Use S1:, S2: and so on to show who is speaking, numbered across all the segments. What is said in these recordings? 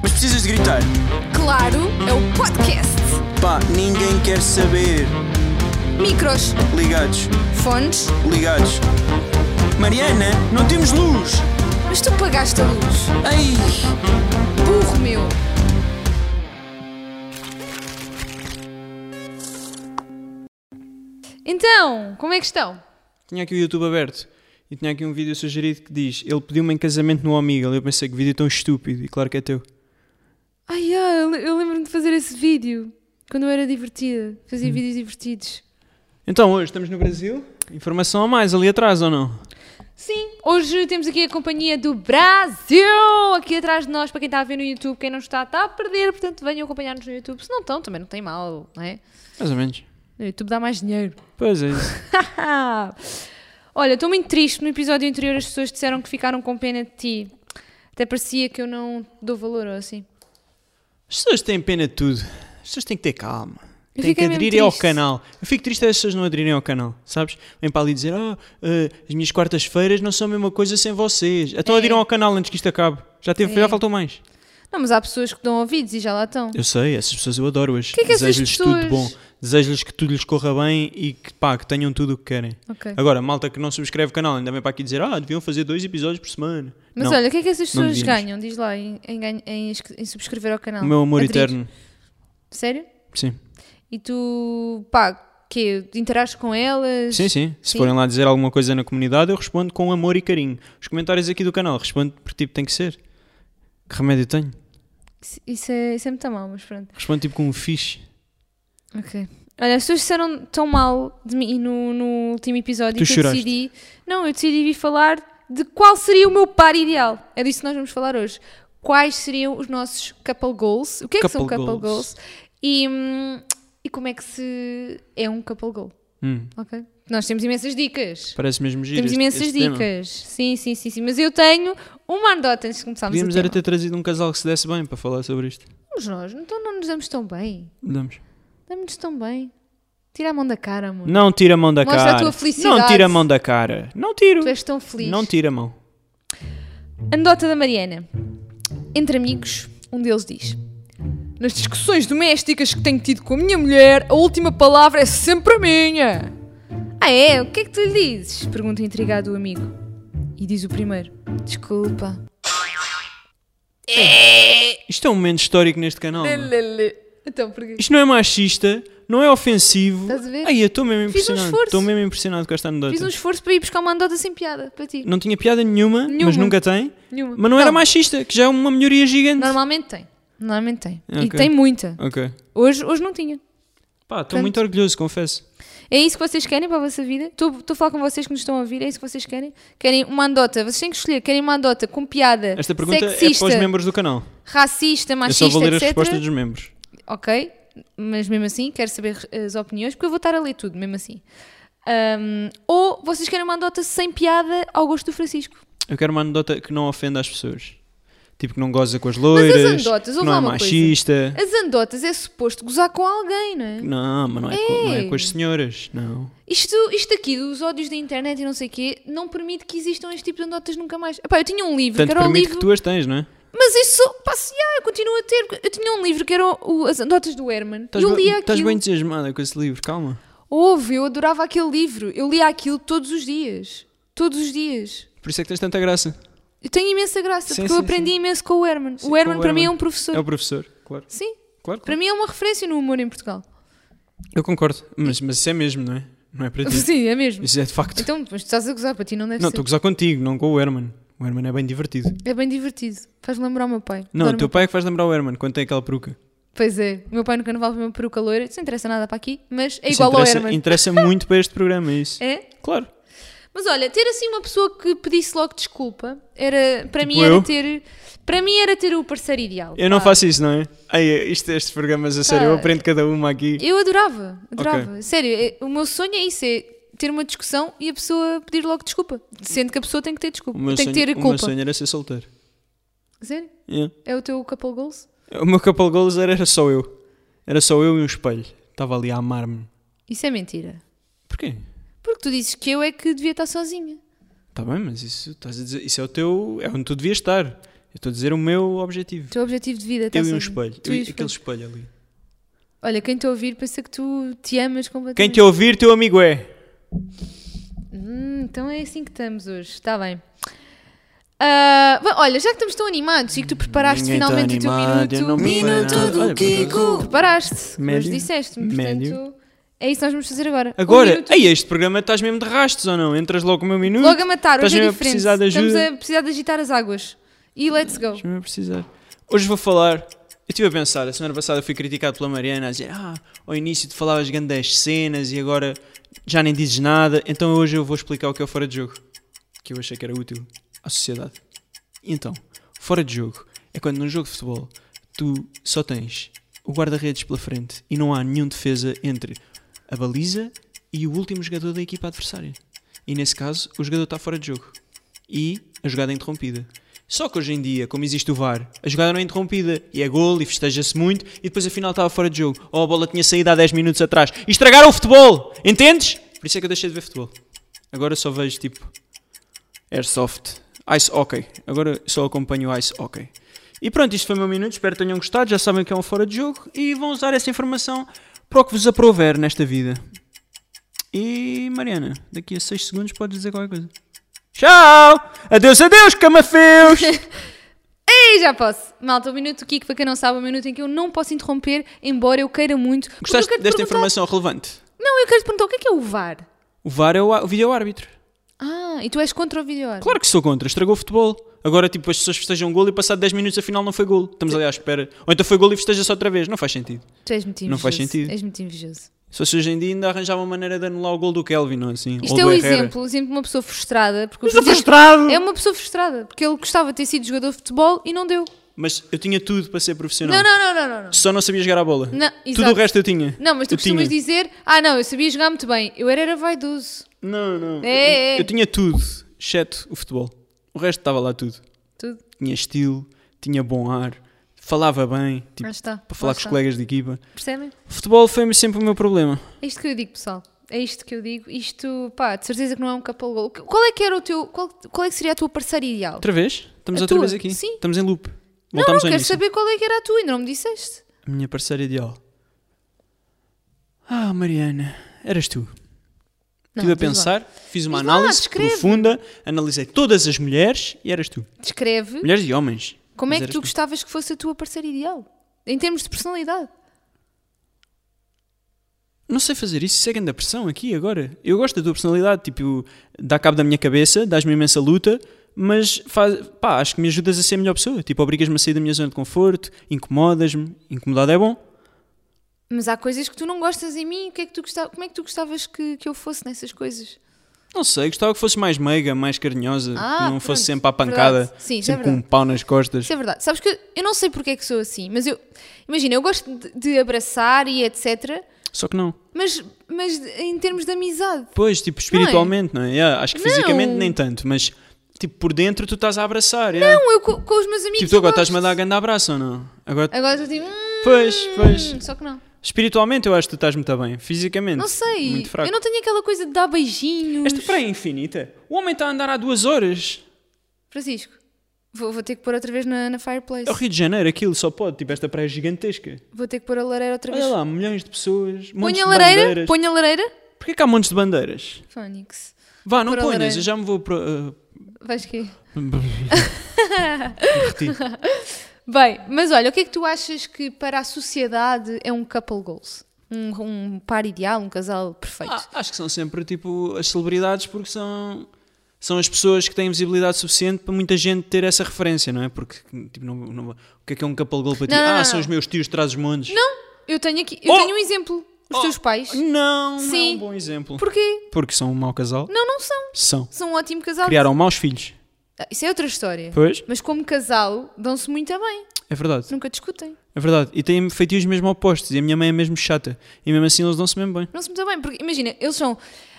S1: precisas de gritar?
S2: Claro, é o podcast.
S1: Pá, ninguém quer saber.
S2: Micros,
S1: Ligados,
S2: fones,
S1: ligados. Mariana, não temos luz!
S2: mas tu pagaste a luz.
S1: Ai!
S2: Burro meu. Então, como é que estão?
S1: Tinha aqui o YouTube aberto e tinha aqui um vídeo sugerido que diz: Ele pediu-me em casamento no Omegle. Eu pensei que vídeo tão estúpido e claro que é teu.
S2: Ai, ah, eu, eu lembro-me de fazer esse vídeo. Quando eu era divertida. Fazia vídeos divertidos.
S1: Então, hoje estamos no Brasil. Informação a mais ali atrás ou não?
S2: Sim, hoje temos aqui a companhia do Brasil aqui atrás de nós, para quem está a ver no YouTube, quem não está, está a perder, portanto venham acompanhar-nos no YouTube. Se não estão, também não tem mal, não é?
S1: Mais ou menos.
S2: No YouTube dá mais dinheiro.
S1: Pois é. isso.
S2: Olha, estou muito triste, no episódio anterior as pessoas disseram que ficaram com pena de ti. Até parecia que eu não dou valor ou assim.
S1: As pessoas têm pena de tudo. As pessoas têm que ter calma.
S2: Eu
S1: Têm que
S2: fiquei mesmo
S1: aderir ao
S2: triste.
S1: canal. Eu fico triste é as pessoas não aderirem ao canal, sabes? Vêm para ali dizer, ah, eh, as minhas quartas-feiras não são a mesma coisa sem vocês. Então
S2: É.
S1: adiram ao canal antes que isto acabe. Já, teve, já faltou mais.
S2: Não, mas há pessoas que dão ouvidos e já lá estão.
S1: Eu sei, essas pessoas eu adoro-as.
S2: Que é que essas
S1: Desejo-lhes tudo de bom.
S2: pessoas-
S1: Desejo-lhes que tudo lhes corra bem e que, pá, que tenham tudo o que querem.
S2: Ok.
S1: Agora, malta que não subscreve o canal, ainda vem para aqui dizer, ah, deviam fazer dois episódios por semana.
S2: Mas
S1: não,
S2: olha, o que é que essas
S1: não
S2: pessoas
S1: devíamos.
S2: ganham? Diz lá em, em, ganho- em inscri- em subscrever ao canal.
S1: o meu amor
S2: Aderir.
S1: eterno.
S2: Sério?
S1: Sim.
S2: E tu, pá, que interages com elas?
S1: Sim, sim. Se
S2: Sim.
S1: forem lá dizer alguma coisa na comunidade, eu respondo com amor e carinho. Os comentários aqui do canal, respondo por tipo tem que ser. Que remédio tenho?
S2: Isso- Isso é, isso é muito mal, mas pronto.
S1: Respondo tipo com um fixe.
S2: Ok. Olha, as pessoas disseram tão mal de mim no, no último episódio que
S1: Tu choraste.
S2: eu decidi. Não, eu decidi vir falar de qual seria o meu par ideal. É disso que nós vamos falar hoje. Quais seriam os nossos couple goals? O que é que são
S1: Couple
S2: couple
S1: goals.
S2: goals? E, hum, e como é que se é um couple goal?
S1: Hum,
S2: Ok? Nós temos imensas dicas.
S1: parece mesmo giro.
S2: Temos
S1: este-
S2: imensas
S1: este tema.
S2: dicas. Sim, sim, sim, sim. Mas eu tenho uma anedota antes de começarmos
S1: Podíamos
S2: o
S1: era
S2: tema.
S1: ter trazido um casal que se desse bem para falar sobre isto.
S2: Vamos nós, então não nos damos tão bem.
S1: Vamos.
S2: Damos-nos tão bem. Tira a mão da cara, amor.
S1: Não tira a mão da
S2: Mostra a
S1: cara.
S2: tua felicidade.
S1: Não tira a mão da cara. Não tiro.
S2: Tu és tão feliz.
S1: Não tira a mão.
S2: Anedota da Mariana. Entre amigos, um deles diz: Nas discussões domésticas que tenho tido com a minha mulher, a última palavra é sempre a minha. Ah, é? O que é que tu lhe dizes? Pergunta intrigado o amigo. E diz o primeiro: Desculpa.
S1: Isto é um momento histórico neste canal. não é?
S2: Lelele. Então, porquê?
S1: Isto não é machista, não é ofensivo.
S2: Estás a ver?
S1: Ai, eu estou mesmo
S2: Fiz um
S1: impressionado.
S2: esforço.
S1: Estou mesmo impressionado com esta anedota.
S2: Fiz um esforço para ir buscar uma anedota sem piada para ti.
S1: Não tinha piada nenhuma, mas
S2: Nenhuma.
S1: nunca tem.
S2: Nenhuma.
S1: Mas não, era machista, que já é uma melhoria gigante.
S2: Normalmente tem. Normalmente tem. E
S1: Ok. Ah.
S2: tem muita.
S1: Ok.
S2: Hoje, hoje não tinha.
S1: Pá, estou muito orgulhoso, confesso.
S2: É isso que vocês querem para a vossa vida? Estou estou a falar com vocês que nos estão a ouvir, é isso que vocês querem? Querem uma andota, vocês têm que escolher, querem uma andota com piada,
S1: Esta pergunta
S2: sexista,
S1: é para os membros do canal.
S2: racista,
S1: Eu só
S2: machista,
S1: vou ler as
S2: etc.
S1: respostas dos membros.
S2: Ok, mas mesmo assim quero saber as opiniões, porque eu vou estar a ler tudo, mesmo assim. Ahm, ou vocês querem uma andota sem piada ao gosto do Francisco?
S1: Eu quero uma anedota que não ofenda as pessoas. Tipo, que não goza com as
S2: as
S1: loiras,
S2: anedotas,
S1: que
S2: ouve
S1: não
S2: lá
S1: é
S2: uma coisa.
S1: machista.
S2: As andotas é suposto gozar com alguém, não é?
S1: Não, mas não é, com, não é
S2: Ei.
S1: com as senhoras, não.
S2: Isto, isto aqui dos ódios da internet e não sei o quê não permite que existam este tipo de andotas nunca mais. Epá, eu tinha um livro que
S1: Tanto
S2: era um
S1: permite
S2: livro.
S1: que tu as tens, não é?
S2: Mas isso, pá, se há, eu continuo a ter. porque Eu tinha um livro que era o- As Anedotas do Herman. E
S1: Estás
S2: eu
S1: bem-
S2: lia
S1: Estás
S2: aquilo.
S1: bem entusiasmada com esse livro, calma.
S2: Houve, eu adorava aquele livro. Eu lia aquilo todos os dias. Todos os dias.
S1: Por isso é que tens tanta graça.
S2: Eu tenho imensa graça,
S1: Sim,
S2: porque eu
S1: sim,
S2: aprendi imenso com o Herman.
S1: Sim,
S2: o Herman,
S1: com o
S2: para mim, é
S1: Herman.
S2: um professor.
S1: É o professor, claro.
S2: Sim,
S1: Claro,
S2: para
S1: claro.
S2: mim é uma referência no humor em Portugal.
S1: Eu concordo. Mas, mas isso é mesmo, não é? Não é para ti.
S2: Sim, é mesmo.
S1: Isso é de facto.
S2: Então, mas tu estás a gozar, para ti não deve
S1: Não,
S2: ser.
S1: estou a gozar contigo, não com o Herman. O Herman é bem divertido.
S2: É bem divertido. Faz lembrar o meu pai.
S1: Não,
S2: Adoro
S1: o teu pai é que faz lembrar o Herman quando tem aquela peruca.
S2: Pois é, o meu pai no carnaval foi uma peruca loira, isso não interessa nada para aqui, mas é
S1: Isso
S2: igual ao
S1: interessa,
S2: Herman.
S1: interessa muito para este programa, isso.
S2: É?
S1: Claro.
S2: Mas olha, ter assim uma pessoa que pedisse logo desculpa, era, para
S1: Tipo
S2: mim era
S1: eu?
S2: ter, para mim era ter o parceiro ideal.
S1: Eu não
S2: pá.
S1: faço isso, não é? Ai, isto, estes programas, a sério, eu aprendo cada uma aqui.
S2: Eu adorava, adorava.
S1: Ok.
S2: Sério, é- o meu sonho é isso, é ter uma discussão e a pessoa pedir logo desculpa, sendo que a pessoa tem que ter desculpa,
S1: O meu,
S2: tem
S1: sonho,
S2: que ter
S1: o
S2: culpa.
S1: meu sonho era ser solteiro.
S2: Sério?
S1: Yeah.
S2: É o teu couple goals?
S1: O meu couple goals era, era só eu. Era só eu e um espelho. Estava ali a amar-me.
S2: Isso é mentira.
S1: Porquê?
S2: Porque tu dizes que eu é que devia estar sozinha.
S1: Tá Está bem, mas isso, estás a dizer, isso é o teu. É onde tu devias estar. Eu estou a dizer o meu objetivo.
S2: O teu objetivo de vida está
S1: Eu e
S2: sendo-
S1: um espelho.
S2: tu
S1: Eu,
S2: e o
S1: e
S2: espelho.
S1: aquele espelho ali.
S2: Olha, quem te ouvir pensa que tu te amas completamente.
S1: Quem te ouvir, teu amigo é.
S2: Hum, então é assim que estamos hoje, está bem. Ah, bom, olha, já que estamos tão animados e que tu preparaste
S1: Ninguém tá
S2: finalmente
S1: animado, eu
S2: o teu
S1: não
S2: minuto,
S1: me
S2: minuto
S1: preparo.
S2: do
S1: Olha,
S2: Kiko, preparaste, como
S1: Médio.
S2: disseste-me,
S1: Médio.
S2: portanto, é isso que nós vamos fazer agora. Um
S1: Agora,
S2: minuto.
S1: aí este programa estás mesmo de rastos ou não? Entras logo com o meu minuto?
S2: logo a matar,
S1: Estás
S2: hoje é
S1: mesmo a
S2: diferente,
S1: precisar de
S2: estamos
S1: ajuda?
S2: a precisar de agitar as águas e let's go.
S1: Deixa-me precisar. Hoje vou falar. Eu estive a pensar, a semana passada fui criticado pela Mariana a dizer: Ah, ao início tu falavas grandes cenas e agora já nem dizes nada, então hoje eu vou explicar o que é o fora de jogo. Que eu achei que era útil à sociedade. E Então, fora de jogo é quando num jogo de futebol tu só tens o guarda-redes pela frente e não há nenhum defesa entre a baliza e o último jogador da equipa adversária. E nesse caso, o jogador está fora de jogo e a jogada é interrompida. Só que hoje em dia, como existe o VAR, a jogada não é interrompida e é gol e festeja-se muito e depois afinal estava fora de jogo ou a bola tinha saído há 10 minutos atrás e estragaram o futebol, entendes? Por isso é que eu deixei de ver futebol. Agora só vejo tipo Airsoft, Ice Hockey. Agora só acompanho o Ice Hockey. E pronto, isto foi o meu minuto. Espero que tenham gostado. Já sabem que é um fora de jogo e vão usar essa informação para o que vos aprouver nesta vida. E Mariana, daqui a 6 segundos podes dizer qualquer coisa. Tchau! Adeus, adeus, camafeus!
S2: Ei, já posso. Malta, o minuto do Kiko, para quem não sabe, é o minuto em que eu não posso interromper, embora eu queira muito. porque eu
S1: Gostaste
S2: quero te
S1: desta
S2: perguntar-
S1: informação relevante?
S2: Não, eu quero te perguntar, o que é que é o VAR?
S1: O VAR é o, á- o vídeo-árbitro.
S2: Ah, e tu és contra o vídeo
S1: Claro que sou contra, estragou o futebol. Agora, tipo, as pessoas festejam gol e passado 10 minutos afinal não foi gol. Estamos ali à espera. Ou então foi gol e festeja-se outra vez. Não faz sentido.
S2: Tu és muito invejoso.
S1: Não faz sentido.
S2: És muito invejoso.
S1: Se fosse hoje em dia ainda arranjava uma maneira de anular o gol do Kelvin, não assim?
S2: Isto
S1: ou
S2: é
S1: do
S2: um
S1: Herrera.
S2: exemplo, o exemplo de uma pessoa frustrada. Porque o
S1: Mas eu
S2: Francisco-
S1: frustrado!
S2: É uma pessoa frustrada, porque ele gostava de ter sido jogador de futebol e não deu.
S1: Mas eu tinha tudo para ser
S2: Não,
S1: profissional.
S2: não, não, não, não. não.
S1: Só não sabia jogar a bola.
S2: Não,
S1: tudo
S2: exato.
S1: o resto eu tinha.
S2: Não, mas tu
S1: eu tinha.
S2: costumas dizer, ah não, eu sabia jogar muito bem, eu era, era vaidoso.
S1: Não, não.
S2: É,
S1: eu,
S2: é.
S1: eu tinha tudo, exceto o futebol. O resto estava lá tudo.
S2: Tudo.
S1: Tinha estilo, tinha bom ar, falava bem, tipo,
S2: Lá está.
S1: para falar
S2: lá
S1: com os
S2: está.
S1: colegas de equipa.
S2: Percebem?
S1: O futebol foi sempre o meu problema.
S2: É isto que eu digo, pessoal. É isto que eu digo. Isto, pá, de certeza que não é um capô gol. Qual é que era o teu. Qual, qual é que seria a tua parceira ideal?
S1: Outra vez? Estamos
S2: A
S1: outra
S2: tua?
S1: vez aqui.
S2: Sim.
S1: Estamos em loop.
S2: não, não,
S1: Então, Voltamos ao
S2: quero
S1: início.
S2: saber qual é que era a tua, ainda não me disseste.
S1: A minha parceira ideal. Ah, Mariana, eras tu.
S2: Não,
S1: Estive a
S2: diz lá.
S1: pensar, fiz uma
S2: Diz lá,
S1: análise
S2: descreve.
S1: profunda, analisei todas as mulheres e eras tu.
S2: Descreve
S1: Mulheres e homens.
S2: como é
S1: Mas
S2: que
S1: eras
S2: tu gostavas que fosse a tua parceira ideal. Em termos de personalidade.
S1: Não sei fazer isso, segue da pressão aqui agora. Eu gosto da tua personalidade, tipo, dá cabo da minha cabeça, dás-me imensa luta, mas faz, pá, acho que me ajudas a ser a melhor pessoa. Tipo, obrigas-me a sair da minha zona de conforto, incomodas-me, incomodado é bom.
S2: Mas há coisas que tu não gostas em mim. O que é que tu gostava, como é que tu gostavas que, que eu fosse nessas coisas?
S1: Não sei, gostava que fosse mais meiga, mais carinhosa,
S2: Ah,
S1: que não fosse
S2: pronto,
S1: sempre à pancada,
S2: verdade. Sim, isso é
S1: sempre com um
S2: verdade.
S1: pau nas costas.
S2: Isso é verdade. Sabes que eu, eu não sei porque é que sou assim, mas eu. Imagina, eu gosto de, de abraçar e etc.
S1: Só que não.
S2: Mas, mas em termos de amizade.
S1: Pois, tipo, espiritualmente, não é? Yeah, acho que
S2: Não.
S1: fisicamente nem tanto, mas tipo, por dentro tu estás a abraçar. yeah.
S2: Não, eu co- com, os meus amigos.
S1: Tipo, tu agora
S2: gosto.
S1: estás-me a dar grande abraço ou não? Agora,
S2: Agora estou tipo. Hum,
S1: Pois, pois.
S2: Só que não.
S1: espiritualmente eu acho que tu estás muito bem. Fisicamente,
S2: Não sei.
S1: muito fraco.
S2: Eu não tenho aquela coisa de dar beijinhos.
S1: Esta praia é infinita. O homem está a andar há duas horas.
S2: Francisco, vou, vou ter que pôr outra vez na, na Fireplace.
S1: É o Rio de Janeiro, aquilo só pode. Tipo, esta praia é gigantesca.
S2: Vou ter que pôr a lareira outra vez.
S1: Olha lá, milhões de pessoas, montes
S2: Põe a
S1: de
S2: lareira.
S1: bandeiras.
S2: Põe a lareira.
S1: Porquê que há montes de bandeiras?
S2: Fónix.
S1: Vá, não
S2: Pôr a
S1: ponhas,
S2: lareira.
S1: eu já me vou... Pro, eh,
S2: Vais que.
S1: repetir.
S2: Bem, mas olha, o que é que tu achas que para a sociedade é um couple goals? Um, um par ideal, um casal perfeito.
S1: Ah, acho que são sempre tipo as celebridades porque são são as pessoas que têm visibilidade suficiente para muita gente ter essa referência, não é? Porque tipo, não, não- o que é que é um couple goal para ti?
S2: Não, não,
S1: ah,
S2: não,
S1: são
S2: não.
S1: os meus tios traz os montes.
S2: Não, eu tenho aqui. Eu
S1: Oh!
S2: tenho um exemplo. Os
S1: Oh!
S2: teus pais.
S1: Não, não é
S2: Sim.
S1: um bom exemplo.
S2: Porquê?
S1: Porque são um mau casal.
S2: Não, não são.
S1: São.
S2: São um ótimo casal.
S1: Criaram maus filhos.
S2: Ah, Isso é outra história.
S1: Pois?
S2: Mas como casal, dão-se muito a bem.
S1: É verdade.
S2: Nunca discutem.
S1: É verdade. E têm feitios mesmo opostos. E a minha mãe é mesmo chata. E mesmo assim eles dão-se mesmo bem.
S2: Não se muito bem, porque imagina, eles são.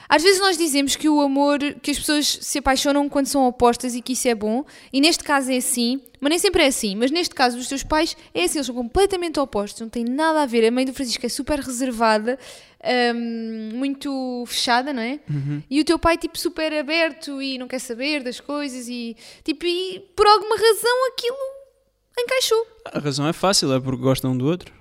S2: Às vezes nós dizemos que o amor, que as pessoas se apaixonam quando são opostas e que isso é bom, e neste caso é assim, mas nem sempre é assim. Mas neste caso dos teus pais é assim, eles são completamente opostos, não tem nada a ver. A mãe do Francisco é super reservada, hum, muito fechada, não é?
S1: Uhum.
S2: E o teu pai, tipo, super aberto e não quer saber das coisas e, tipo, e por alguma razão aquilo encaixou.
S1: A razão é fácil, é porque gostam um do outro.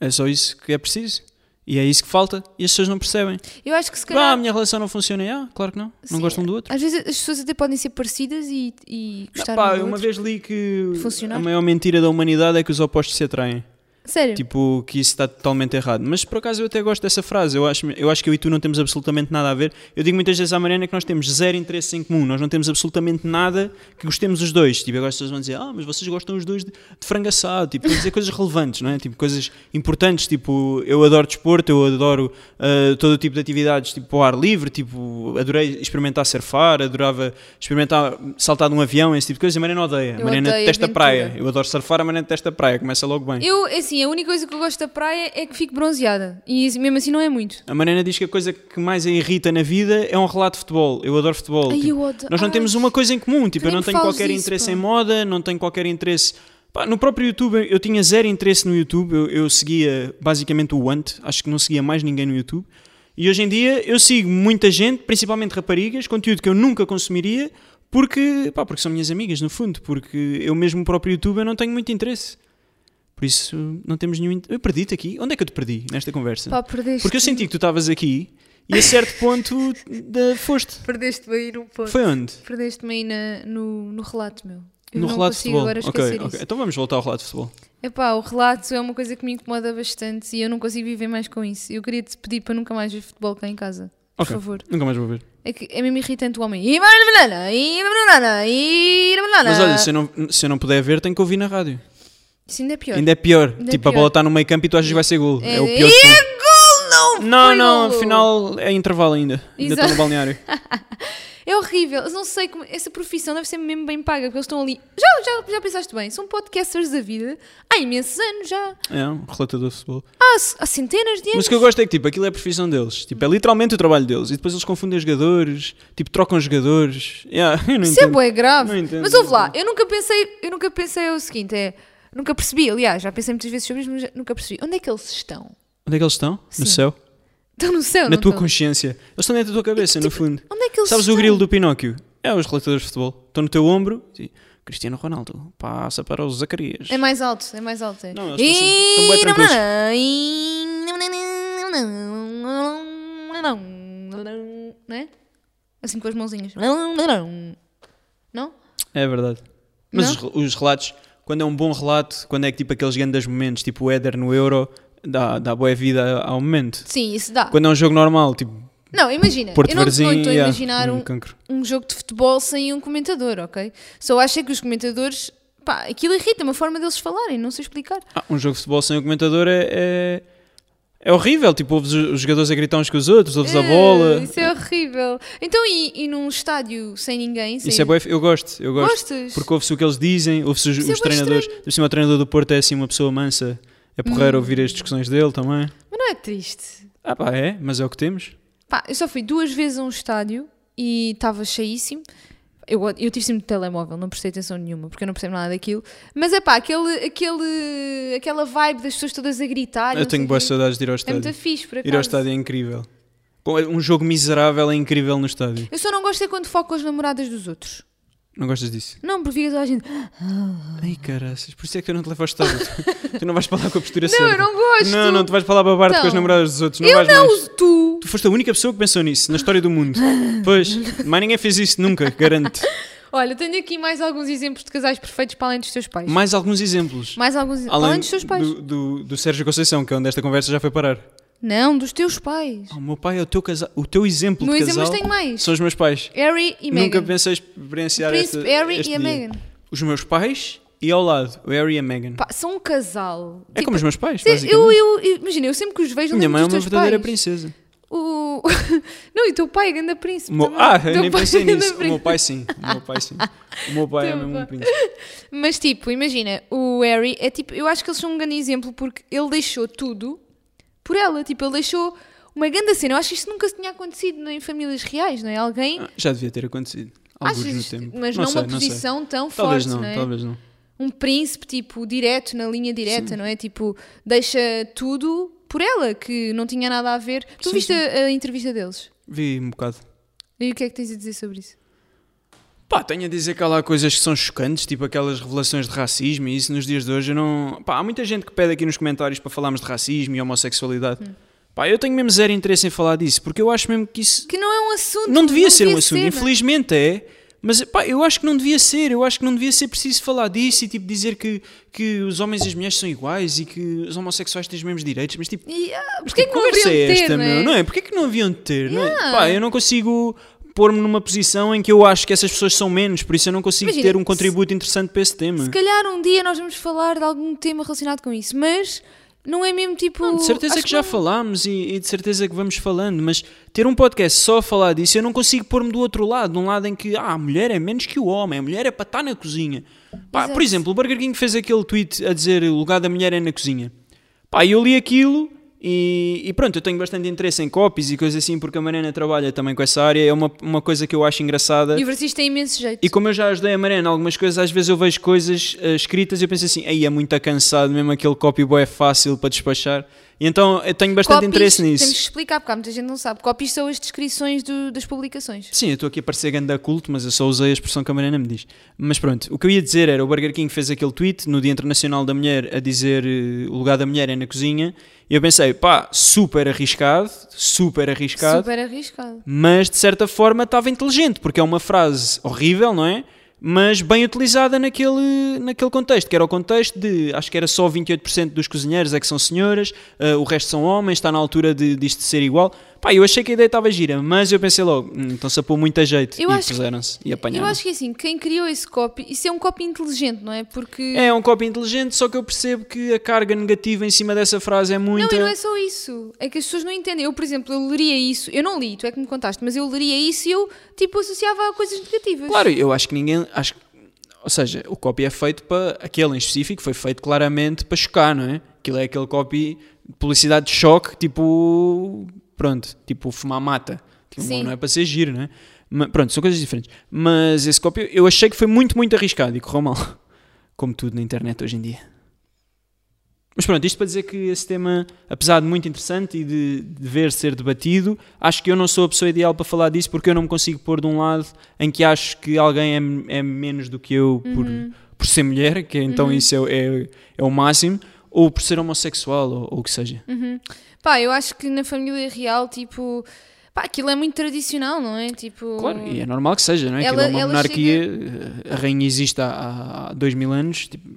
S1: É só isso que é preciso. E é isso que falta. E as pessoas não percebem.
S2: Eu acho que se
S1: Ah, a
S2: calhar.
S1: minha relação não funciona. E, Ah, claro que não. Não
S2: Sim.
S1: gostam um do outro.
S2: Às vezes as pessoas até podem ser parecidas e, e
S1: Ah,
S2: gostar
S1: pá,
S2: um do
S1: uma
S2: outro.
S1: vez li que
S2: Funcionar.
S1: a maior mentira da humanidade é que os opostos se atraem.
S2: Sério?
S1: Tipo, que isso está totalmente errado. Mas por acaso eu até gosto dessa frase. Eu acho, eu acho que eu e tu não temos absolutamente nada a ver. Eu digo muitas vezes à Mariana que nós temos zero interesse em comum. Nós não temos absolutamente nada que gostemos os dois. Tipo, agora as pessoas vão dizer, ah, mas vocês gostam os dois de, de frango assado. Tipo, vão dizer coisas relevantes, não é? Tipo, coisas importantes. Tipo, eu adoro desporto, eu adoro ah, todo o tipo de atividades, tipo, ao ar livre. Tipo, adorei experimentar surfar, adorava experimentar saltar de um avião, esse tipo de coisa. A Mariana odeia. A
S2: Eu
S1: Mariana
S2: odeio
S1: detesta a
S2: aventura.
S1: praia. Eu adoro surfar, a Mariana detesta a praia. Começa logo bem.
S2: Eu, assim, a única coisa que eu gosto da praia é que fico bronzeada. E isso- mesmo assim não é muito.
S1: A Mariana diz que a coisa que mais a irrita na vida é um relato de futebol. Eu adoro futebol.
S2: Ai,
S1: Tipo,
S2: eu odeio-
S1: Nós não
S2: Ai,
S1: temos uma coisa em comum. Tipo,
S2: que
S1: eu não
S2: nem
S1: tenho
S2: fales
S1: qualquer
S2: disso,
S1: interesse
S2: pá.
S1: em moda, não tenho qualquer interesse. Pá, no próprio YouTube, eu- eu tinha zero interesse no YouTube. Eu, eu seguia basicamente o Ant. Acho que não seguia mais ninguém no YouTube. E hoje em dia eu sigo muita gente, principalmente raparigas, conteúdo que eu nunca consumiria, porque, pá, porque são minhas amigas, no fundo. Porque eu mesmo, o próprio YouTube, eu não tenho muito interesse. Por isso, não temos nenhum. in- Eu perdi-te aqui. Onde é que eu te perdi nesta conversa?
S2: Pá, perdeste.
S1: Porque eu senti que tu estavas aqui e a certo ponto da, foste.
S2: Perdeste-me aí num ponto.
S1: Foi onde?
S2: Perdeste-me aí na- no, no relato, meu. Eu
S1: no
S2: não
S1: relato de
S2: consigo
S1: futebol.
S2: agora
S1: Ok,
S2: esquecer
S1: ok.
S2: isso.
S1: Então vamos voltar ao relato de futebol.
S2: Epá, o relato é uma coisa que me incomoda bastante e eu não consigo viver mais com isso. Eu queria te pedir para nunca mais ver futebol cá em casa. Por
S1: Ok.
S2: favor.
S1: Nunca mais vou ver.
S2: É, que é mesmo irritante o homem. E banana, e banana, e banana.
S1: Mas olha, é- se eu, não, se eu não puder ver, tenho que ouvir na rádio.
S2: Isso ainda é pior.
S1: Ainda é pior.
S2: Ainda é
S1: tipo, a
S2: pior.
S1: bola está no meio campo e tu achas que vai ser gol. É, o pior.
S2: E
S1: de tudo.
S2: é gol, não
S1: Não,
S2: foi
S1: não,
S2: golo.
S1: afinal é intervalo ainda. Ainda estou
S2: Exato.
S1: no balneário.
S2: É horrível. Eu não sei como. Essa profissão deve ser mesmo bem paga, porque eles estão ali. Já, já, já pensaste bem? São podcasters da vida há imensos anos já.
S1: É, um relatador de futebol.
S2: Há, há centenas de anos.
S1: Mas o que eu gosto é que tipo, aquilo é a profissão deles. Tipo, é literalmente o trabalho deles. E depois eles confundem os jogadores, tipo, trocam os jogadores. Yeah, eu não
S2: Isso é
S1: entendo.
S2: bué grave.
S1: Não entendo,
S2: mas
S1: não
S2: ouve lá, eu nunca pensei, eu nunca pensei o seguinte, é, nunca percebi, aliás, já pensei muitas vezes sobre isso, mas já- nunca percebi. Onde é que eles estão?
S1: Onde é que eles estão?
S2: Sim.
S1: No céu?
S2: Estão no céu,
S1: Na
S2: não
S1: tua
S2: estão?
S1: consciência. Eles estão dentro da tua cabeça, no
S2: tipo,
S1: fundo.
S2: Onde é que eles
S1: Sabes
S2: estão?
S1: o grilo do Pinóquio? É os relatadores de futebol. Estão no teu ombro. e- Cristiano Ronaldo, passa para o Zacarias.
S2: É mais alto, é mais alto. É.
S1: Não, eles estão assim, estão bué tranquilos.
S2: Não é? Assim com as mãozinhas. Não?
S1: É verdade. Mas
S2: Não?
S1: os, os relatos, quando é um bom relato, quando é que tipo aqueles grandes momentos, tipo o Éder no Euro, dá, dá boa vida ao momento.
S2: Sim, isso dá.
S1: Quando é um jogo normal, tipo
S2: Não, imagina.
S1: Porto
S2: eu não,
S1: Varzim,
S2: não estou a
S1: yeah,
S2: imaginar um,
S1: cancro.
S2: um jogo de futebol sem um comentador, ok? Só acho é que os comentadores. Pá, aquilo irrita-me, a forma deles falarem, não sei explicar.
S1: Ah, um jogo de futebol sem o comentador é, é, é horrível. Tipo, ouves os os jogadores a gritar uns com os outros, ouves a
S2: Eh,
S1: bola.
S2: Isso é horrível. Então, e, e num estádio sem ninguém? Sem...
S1: Isso é bué, eu gosto, eu gosto.
S2: Gostas?
S1: Porque ouve-se o que eles dizem, ouve-se os,
S2: Isso é
S1: os
S2: bué
S1: treinadores. Por cima, o treinador do Porto é assim uma pessoa mansa. É
S2: Hum.
S1: porreiro ouvir as discussões dele também.
S2: Mas não é triste.
S1: Ah pá, é, mas é o que temos.
S2: Pá, eu só fui duas vezes a um estádio e estava cheíssimo. Eu, eu tive sempre de telemóvel, não prestei atenção nenhuma, porque eu não percebo nada daquilo. Mas é pá, aquele, aquele, aquela vibe das pessoas todas a gritar. não
S1: eu
S2: sei
S1: tenho
S2: o
S1: boas
S2: quê.
S1: saudades de ir ao
S2: É
S1: estádio.
S2: muito fixe, por acaso.
S1: ir ao estádio é incrível. Bom, é- Um jogo miserável é incrível no estádio.
S2: Eu só não gosto é quando foco as namoradas dos outros.
S1: Não gostas disso?
S2: Não, porque fica toda a gente.
S1: Ai caraças, por isso é que eu não te levo ao estádio. tu, tu não vais para lá com a postura
S2: Não, eu
S1: certa.
S2: não gosto.
S1: não, não, tu vais para lá babar-te com
S2: Então,
S1: as namoradas dos outros. Não
S2: eu
S1: vais
S2: não,
S1: mais.
S2: tu.
S1: Tu foste a única pessoa que pensou nisso na história do mundo. pois, mais ninguém fez isso nunca, garanto.
S2: Olha, tenho aqui mais alguns exemplos de casais perfeitos para além dos teus pais.
S1: Mais alguns exemplos.
S2: Mais alguns para além dos teus pais.
S1: Do, do, do Sérgio Conceição, que é onde esta conversa já foi parar.
S2: Não, dos teus pais.
S1: Ah, O meu pai é o teu, casa... o teu exemplo
S2: Meu
S1: de
S2: exemplo,
S1: casal.
S2: mas tenho mais.
S1: São os meus pais.
S2: Harry e
S1: Nunca
S2: Meghan.
S1: pensei experienciar
S2: Príncipe
S1: esta,
S2: Harry
S1: este
S2: e a
S1: dia.
S2: Meghan.
S1: Os meus pais e ao lado, o Harry e a Meghan.
S2: Pá, são um casal.
S1: é como os meus pais, basicamente.
S2: tipo, eu, eu, eu- imagina, eu sempre que os vejo,
S1: Minha mãe é
S2: lembro
S1: uma
S2: dos teus
S1: verdadeira
S2: pais. Tá
S1: princesa.
S2: O... Não, e o teu pai é grande príncipe.
S1: O meu-
S2: também.
S1: Ah,
S2: Teu
S1: eu nem
S2: pai é
S1: pensei
S2: ganda
S1: nisso. O meu
S2: príncipe.
S1: pai sim. O meu pai sim. O meu pai é
S2: Teu
S1: mesmo
S2: pai.
S1: um príncipe.
S2: Mas tipo, imagina, o Harry é tipo, eu acho que eles são um grande exemplo porque ele deixou tudo por ela, tipo, ele deixou Uma grande cena. Eu acho que isto nunca se tinha acontecido em famílias reais, não é? Alguém.
S1: Ah, Já devia ter acontecido. Alguns
S2: Achas,
S1: no
S2: isto-
S1: tempo.
S2: mas não,
S1: sei,
S2: uma
S1: não sei.
S2: posição tão
S1: Talvez
S2: forte,
S1: não,
S2: não, é?
S1: talvez não.
S2: Um príncipe, tipo, direto, na linha direta, não é? Tipo, deixa tudo por ela, que não tinha nada a ver. Tu
S1: Sim,
S2: viste
S1: sim.
S2: A, a entrevista deles?
S1: Vi um bocado.
S2: E o que é que tens a dizer sobre isso?
S1: Pá, tenho a dizer que há lá coisas que são chocantes, tipo aquelas revelações de racismo e isso nos dias de hoje eu não... Pá, há muita gente que pede aqui nos comentários para falarmos de racismo e homossexualidade. Pá, eu tenho mesmo zero interesse em falar disso, porque eu acho mesmo que isso
S2: Que não é um assunto.
S1: Não devia ser um assunto,
S2: não é?
S1: infelizmente é. Mas pá, eu acho que não devia ser, eu acho que não devia ser preciso falar disso e tipo dizer que, que os homens e as mulheres são iguais e que os homossexuais têm os mesmos direitos, mas tipo,
S2: E, ah, porquê que
S1: que
S2: não
S1: conversa é
S2: deveriam ter,
S1: esta,
S2: não é?
S1: meu? Não é? Porquê que não haviam de ter? não é?
S2: Yeah.
S1: Pá, eu não consigo pôr-me numa posição em que eu acho que essas pessoas são menos, por isso eu não consigo
S2: Imagina,
S1: ter um
S2: se-
S1: contributo interessante para esse tema.
S2: Se calhar um dia nós vamos falar de algum tema relacionado com isso, mas não é mesmo tipo.
S1: De certeza
S2: acho
S1: que, já
S2: não-
S1: falámos e, e de certeza que vamos falando, mas ter um podcast só a falar disso, eu não consigo pôr-me do outro lado, de um lado em que ah, a mulher é menos que o homem, a mulher é para estar na cozinha. Pá,
S2: Exato.
S1: por exemplo, o Burger King fez aquele tweet a dizer o lugar da mulher é na cozinha. Pá, eu li aquilo e, e pronto, eu tenho bastante interesse em copies e coisas assim, porque a Mariana trabalha também com essa área, é uma, uma coisa que eu acho engraçada.
S2: E o Francisco tem imenso jeito.
S1: E como eu já ajudei a Mariana em algumas coisas, às vezes eu vejo coisas eh, escritas e eu penso assim, aí é muito cansado, mesmo aquele copy-boy é fácil para despachar. E então eu tenho bastante
S2: Copies,
S1: interesse nisso.
S2: Temos que explicar, porque há muita gente que não sabe. Copies são as descrições do- das publicações.
S1: Sim, eu estou aqui a parecer ganda culto, mas eu só usei a expressão que a Mariana me diz. Mas pronto, o que eu ia dizer era, o Burger King fez aquele tweet no Dia Internacional da Mulher a dizer eh, o lugar da mulher é na cozinha e eu pensei, pá, super arriscado, super arriscado.
S2: Super arriscado.
S1: mas de certa forma estava inteligente, porque é uma frase horrível, não é? Mas bem utilizada naquele, naquele contexto, que era o contexto de acho que era só 28% dos cozinheiros é que são senhoras, eh, o resto são homens, está na altura de, disto ser igual. Pá, eu achei que a ideia estava gira, mas eu pensei logo, "Hum, então se a pôr muito a jeito.
S2: Eu
S1: e
S2: acho que-
S1: puseram-se e
S2: Eu
S1: apanharam.
S2: acho que assim, quem criou esse copy, isso é um copy inteligente, não é? Porque.
S1: É um copy inteligente, só que eu percebo que a carga negativa em cima dessa frase é
S2: Não,
S1: muito.
S2: e não é só isso. É que as pessoas não entendem. Eu, por exemplo, eu leria isso. Eu não li, tu é que me contaste, mas eu leria isso e eu, tipo, associava a coisas negativas.
S1: Claro, eu acho que ninguém. Acho, que- ou seja, o copy é feito para. Aquele em específico foi feito claramente para chocar, não é? Aquilo é aquele copy de publicidade de choque, tipo. Pronto, tipo fumar mata. Tipo,
S2: Sim.
S1: não é para ser giro, não é? Mas, pronto, são coisas diferentes. Mas esse copy eu achei que foi muito, muito arriscado e correu mal. Como tudo na internet hoje em dia. Mas pronto, isto para dizer que esse tema, apesar de muito interessante e de dever ser debatido, acho que eu não sou a pessoa ideal para falar disso porque eu não me consigo pôr de um lado em que acho que alguém é, é menos do que eu por,
S2: Uhum.
S1: por ser mulher, que então isso é, o- é, é o máximo, ou por ser homossexual ou, ou o que seja.
S2: Pá, eu acho que na família real, tipo. Pá, aquilo é muito tradicional, não é? Tipo.
S1: Claro, e é normal que seja, não é? Aquilo
S2: Ela-
S1: é uma
S2: ela
S1: monarquia, eh, a rainha existe há, há dois mil anos, tipo,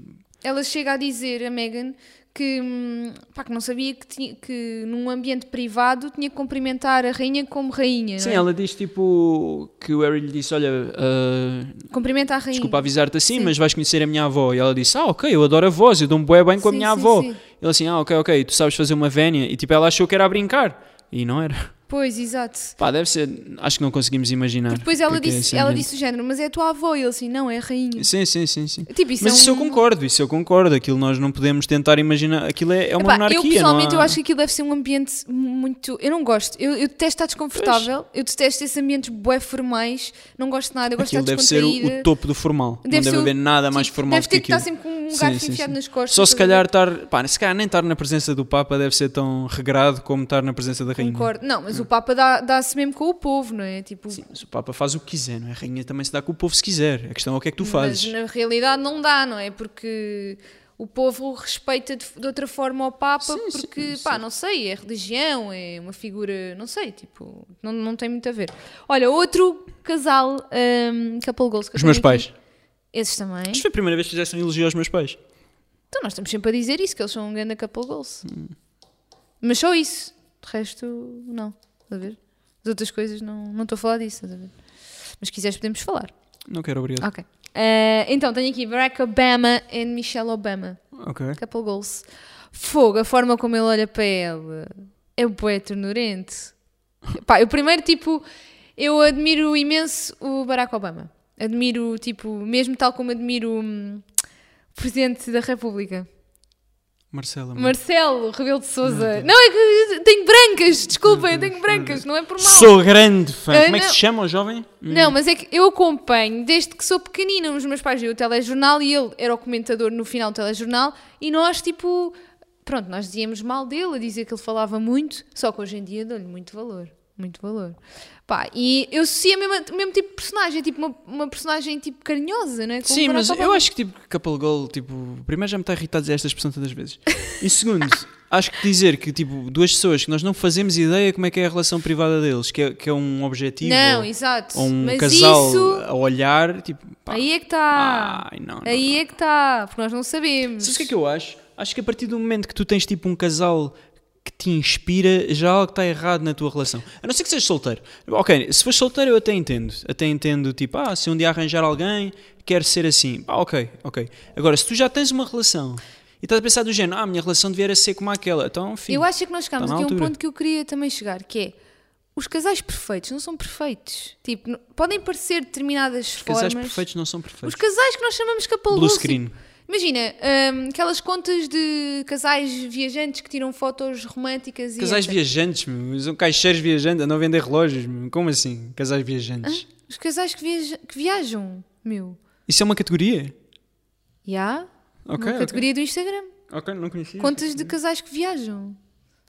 S2: ela chega a dizer a Megan que, hum, pá, que não sabia que, tinha, que num ambiente privado tinha que cumprimentar a rainha como rainha. não
S1: Sim,
S2: é?
S1: ela diz tipo que o Harry lhe disse: Olha, ah,
S2: Cumprimenta a rainha.
S1: desculpa avisar-te assim, mas vais conhecer a minha avó. E ela disse: Ah, ok, eu adoro avós, eu dou um bué bem com a
S2: Sim,
S1: minha
S2: sim,
S1: avó.
S2: sim.
S1: Ele assim: Ah, ok, ok, tu sabes fazer uma vénia. E tipo, ela achou que era a brincar. E não era.
S2: Pois, exato.
S1: Pá, deve ser. Acho que não conseguimos imaginar.
S2: Depois ela,
S1: o que é que é
S2: disse,
S1: esse
S2: ela
S1: ambiente.
S2: disse o género, mas é a tua avó. E ele assim, não, é a rainha.
S1: Sim, sim, sim, sim.
S2: Tipo, isso
S1: mas
S2: é
S1: isso eu
S2: um-
S1: concordo, isso eu concordo. Aquilo nós não podemos tentar imaginar. Aquilo é, é uma
S2: Epá,
S1: monarquia,
S2: eu pessoalmente
S1: não
S2: eu
S1: há-
S2: acho que aquilo deve ser um ambiente muito. Eu não gosto. Eu, eu detesto estar desconfortável. Eu detesto esses ambientes bué formais. Não gosto de nada. Eu gosto
S1: Aquilo
S2: de estar
S1: deve ser
S2: descontraída.
S1: o, o topo do formal.
S2: Deve
S1: não
S2: ser
S1: deve
S2: o-
S1: haver nada mais
S2: Tipo,
S1: formal
S2: deves
S1: do que
S2: ter que estar
S1: aquilo.
S2: sempre com um
S1: Sim,
S2: garfo
S1: sim,
S2: enfiado
S1: sim.
S2: nas costas.
S1: Só se
S2: estás a ver?
S1: calhar estar. Pá, se calhar nem estar na presença do Papa deve ser tão regrado como estar na presença da Rainha.
S2: Concordo. Não, mas o Papa dá- dá-se mesmo com o povo, não é? Tipo,
S1: Sim, mas o Papa faz o que quiser, não é? A Rainha também se dá com o povo se quiser. A questão é o que é que tu
S2: mas
S1: fazes.
S2: na realidade não dá, não é? Porque o povo respeita de, de outra forma o Papa
S1: Sim, sim,
S2: porque, pá, não sei, é religião, é uma figura, não sei, tipo, não, não tem muito a ver. Olha, outro casal, hum, couple goals que eu
S1: Os
S2: tenho
S1: meus
S2: aqui.
S1: pais.
S2: Esses também.
S1: Isto foi a primeira vez que fizeste um elogio aos meus pais.
S2: Então nós estamos sempre a dizer isso, que eles são um grande couple goals.
S1: Hum.
S2: Mas só isso. De resto, não. Estás a ver? As outras coisas, não não estou a falar disso. Estás a ver? Mas se quiseres, podemos falar.
S1: Não quero, obrigado.
S2: Ok. Eh, então, tenho aqui Barack Obama e Michelle Obama.
S1: Ok.
S2: Couple goals. Fogo, a forma como ele olha para ela é bué ternurente. Pá, eu primeiro, tipo, eu admiro imenso o Barack Obama. Admiro, tipo, mesmo tal como admiro hum, o Presidente da República.
S1: Marcela. mano.
S2: Marcelo Rebelo de Souza. Não, é que tenho brancas, desculpem, eu tenho brancas, não é por mal.
S1: Sou grande fã.
S2: Ah,
S1: Como é que
S2: não.
S1: se chama o jovem?
S2: Não, mas é que eu acompanho desde que sou pequenina. Os meus pais viam o telejornal e ele era o comentador no final do telejornal. E nós, tipo, pronto, nós dizíamos mal dele, a dizer que ele falava muito. Só que hoje em dia dou-lhe muito valor. Muito valor. Pá, e eu associo a mesma- o mesmo tipo de personagem, tipo uma, uma personagem tipo carinhosa, não é? Como
S1: Sim,
S2: Barack
S1: mas eu
S2: Obama.
S1: acho que tipo Couple Goal, tipo, primeiro já me está irritado dizer esta expressão tantas vezes. E segundo, acho que dizer que tipo duas pessoas que nós não fazemos ideia como é que é a relação privada deles, que é, que é um objetivo
S2: Não,
S1: ou,
S2: exato.
S1: ou um
S2: mas
S1: casal
S2: isso.
S1: a olhar, tipo, pá,
S2: Aí é que está.
S1: ai, não, não,
S2: Aí é que está. Porque nós não sabemos.
S1: Sabes o que é que eu acho? Acho que a partir do momento que tu tens tipo um casal que te inspira, já há algo que está errado na tua relação. A não ser que sejas solteiro. Ok, se fores solteiro eu até entendo. Até entendo, tipo, ah, se um dia arranjar alguém, quero ser assim. Ah, ok, ok. Agora, se tu já tens uma relação e estás a pensar do género, ah, a minha relação devia era ser como aquela, então, filho,
S2: Eu acho é que nós chegámos
S1: Está
S2: aqui
S1: na
S2: a um
S1: altura.
S2: ponto que eu queria também chegar, que é os casais perfeitos não são perfeitos. Tipo, n- podem parecer determinadas
S1: os casais
S2: formas.
S1: perfeitos não são perfeitos.
S2: Os casais que nós chamamos de couple
S1: Blue
S2: goals,
S1: screen.
S2: tipo, imagina, hum, aquelas contas de casais viajantes que tiram fotos românticas e.
S1: Casais
S2: etc.
S1: viajantes, meu, são caixeiros viajantes, andam a vender relógios, meu. como assim? Casais viajantes.
S2: Os casais que, viaja- que viajam, meu.
S1: Isso é uma categoria?
S2: Já?
S1: Ok,
S2: Uma
S1: ok.
S2: categoria do Instagram.
S1: Ok, não conhecia.
S2: Contas de casais que viajam.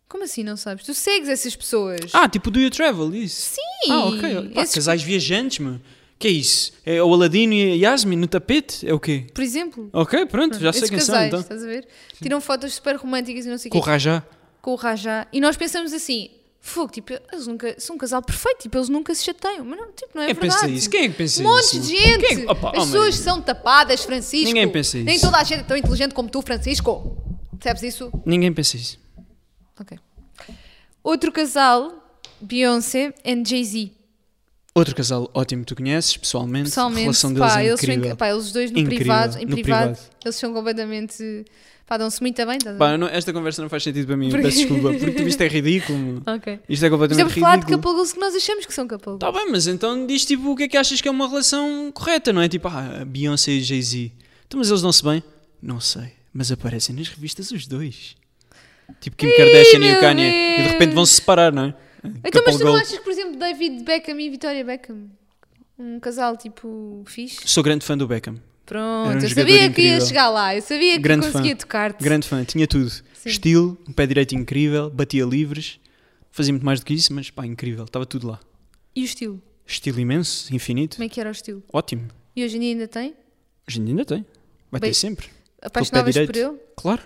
S2: Como assim não sabes? Tu segues essas pessoas.
S1: Ah, tipo do You Travel, isso?
S2: Sim!
S1: Ah, ok. Pá,
S2: Esses-
S1: Casais viajantes, meu. Que é isso? É o Aladino e a Yasmin no tapete? É o quê?
S2: Por exemplo.
S1: Ok, pronto, já sei
S2: Esses
S1: quem são,
S2: Hum, casais,
S1: então.
S2: estás a ver? Tiram fotos super românticas e não sei o
S1: Com o
S2: quê,
S1: Rajá.
S2: com o Rajá. E nós pensamos assim, fogo, tipo, eles nunca, são um casal perfeito, tipo, eles nunca se chateiam. Mas não, tipo, não é
S1: Quem
S2: verdade.
S1: pensa isso? Quem é que pensa
S2: um monte
S1: isso?
S2: de gente.
S1: Quem é que- Opa,
S2: As
S1: oh,
S2: pessoas
S1: man.
S2: são tapadas, Francisco.
S1: Ninguém pensa
S2: Nem
S1: isso.
S2: toda a gente é tão inteligente como tu, Francisco. Percebes isso?
S1: Ninguém pensa isso.
S2: Ok. Outro casal, Beyoncé and Jay-Z.
S1: Outro casal ótimo, tu conheces pessoalmente. a
S2: Pessoalmente,
S1: relação deles
S2: pá,
S1: é
S2: eles, são,
S1: incrível.
S2: inc- pá, eles dois no
S1: Incrível,
S2: privado, em
S1: no
S2: privado,
S1: privado.
S2: eles são completamente, pá, dão-se muito bem, estás a ver?
S1: Pá, eu não- esta conversa não faz sentido para mim, peço desculpa, porque tipo, isto é ridículo. meu.
S2: Ok.
S1: Isto é completamente
S2: Estamos a falar de
S1: ridículo.
S2: couple goals que nós achamos que são couple goals.
S1: Tá bem, mas então diz tipo o que é que achas que é uma relação correta, não é? Tipo, ah, Beyoncé e Jay-Z. Então, mas eles não se bem? Não sei. Mas aparecem nas revistas os dois. Tipo Kim Kardashian e
S2: meu
S1: o Kanye. E de repente
S2: Deus.
S1: vão se separar, não é?
S2: Então, mas tu não
S1: goal.
S2: achas, por exemplo, David Beckham e Victoria Beckham? Um casal tipo fixe?
S1: Sou grande fã do Beckham.
S2: Pronto,
S1: Era um
S2: eu
S1: jogador
S2: sabia que ia
S1: incrível.
S2: chegar lá, eu sabia que
S1: Grande
S2: conseguia
S1: fã.
S2: tocar-te.
S1: Grande fã, tinha tudo. Estilo, um pé direito incrível, batia livres. Fazia muito mais do que isso, mas pá, incrível. Estava tudo lá.
S2: E o estilo?
S1: Estilo imenso, infinito.
S2: Como é que era o estilo?
S1: Ótimo.
S2: E hoje em dia ainda tem?
S1: Hoje em dia ainda tem. Vai
S2: Bem-
S1: ter sempre.
S2: Apaixonavas
S1: direito.
S2: por ele?
S1: Claro.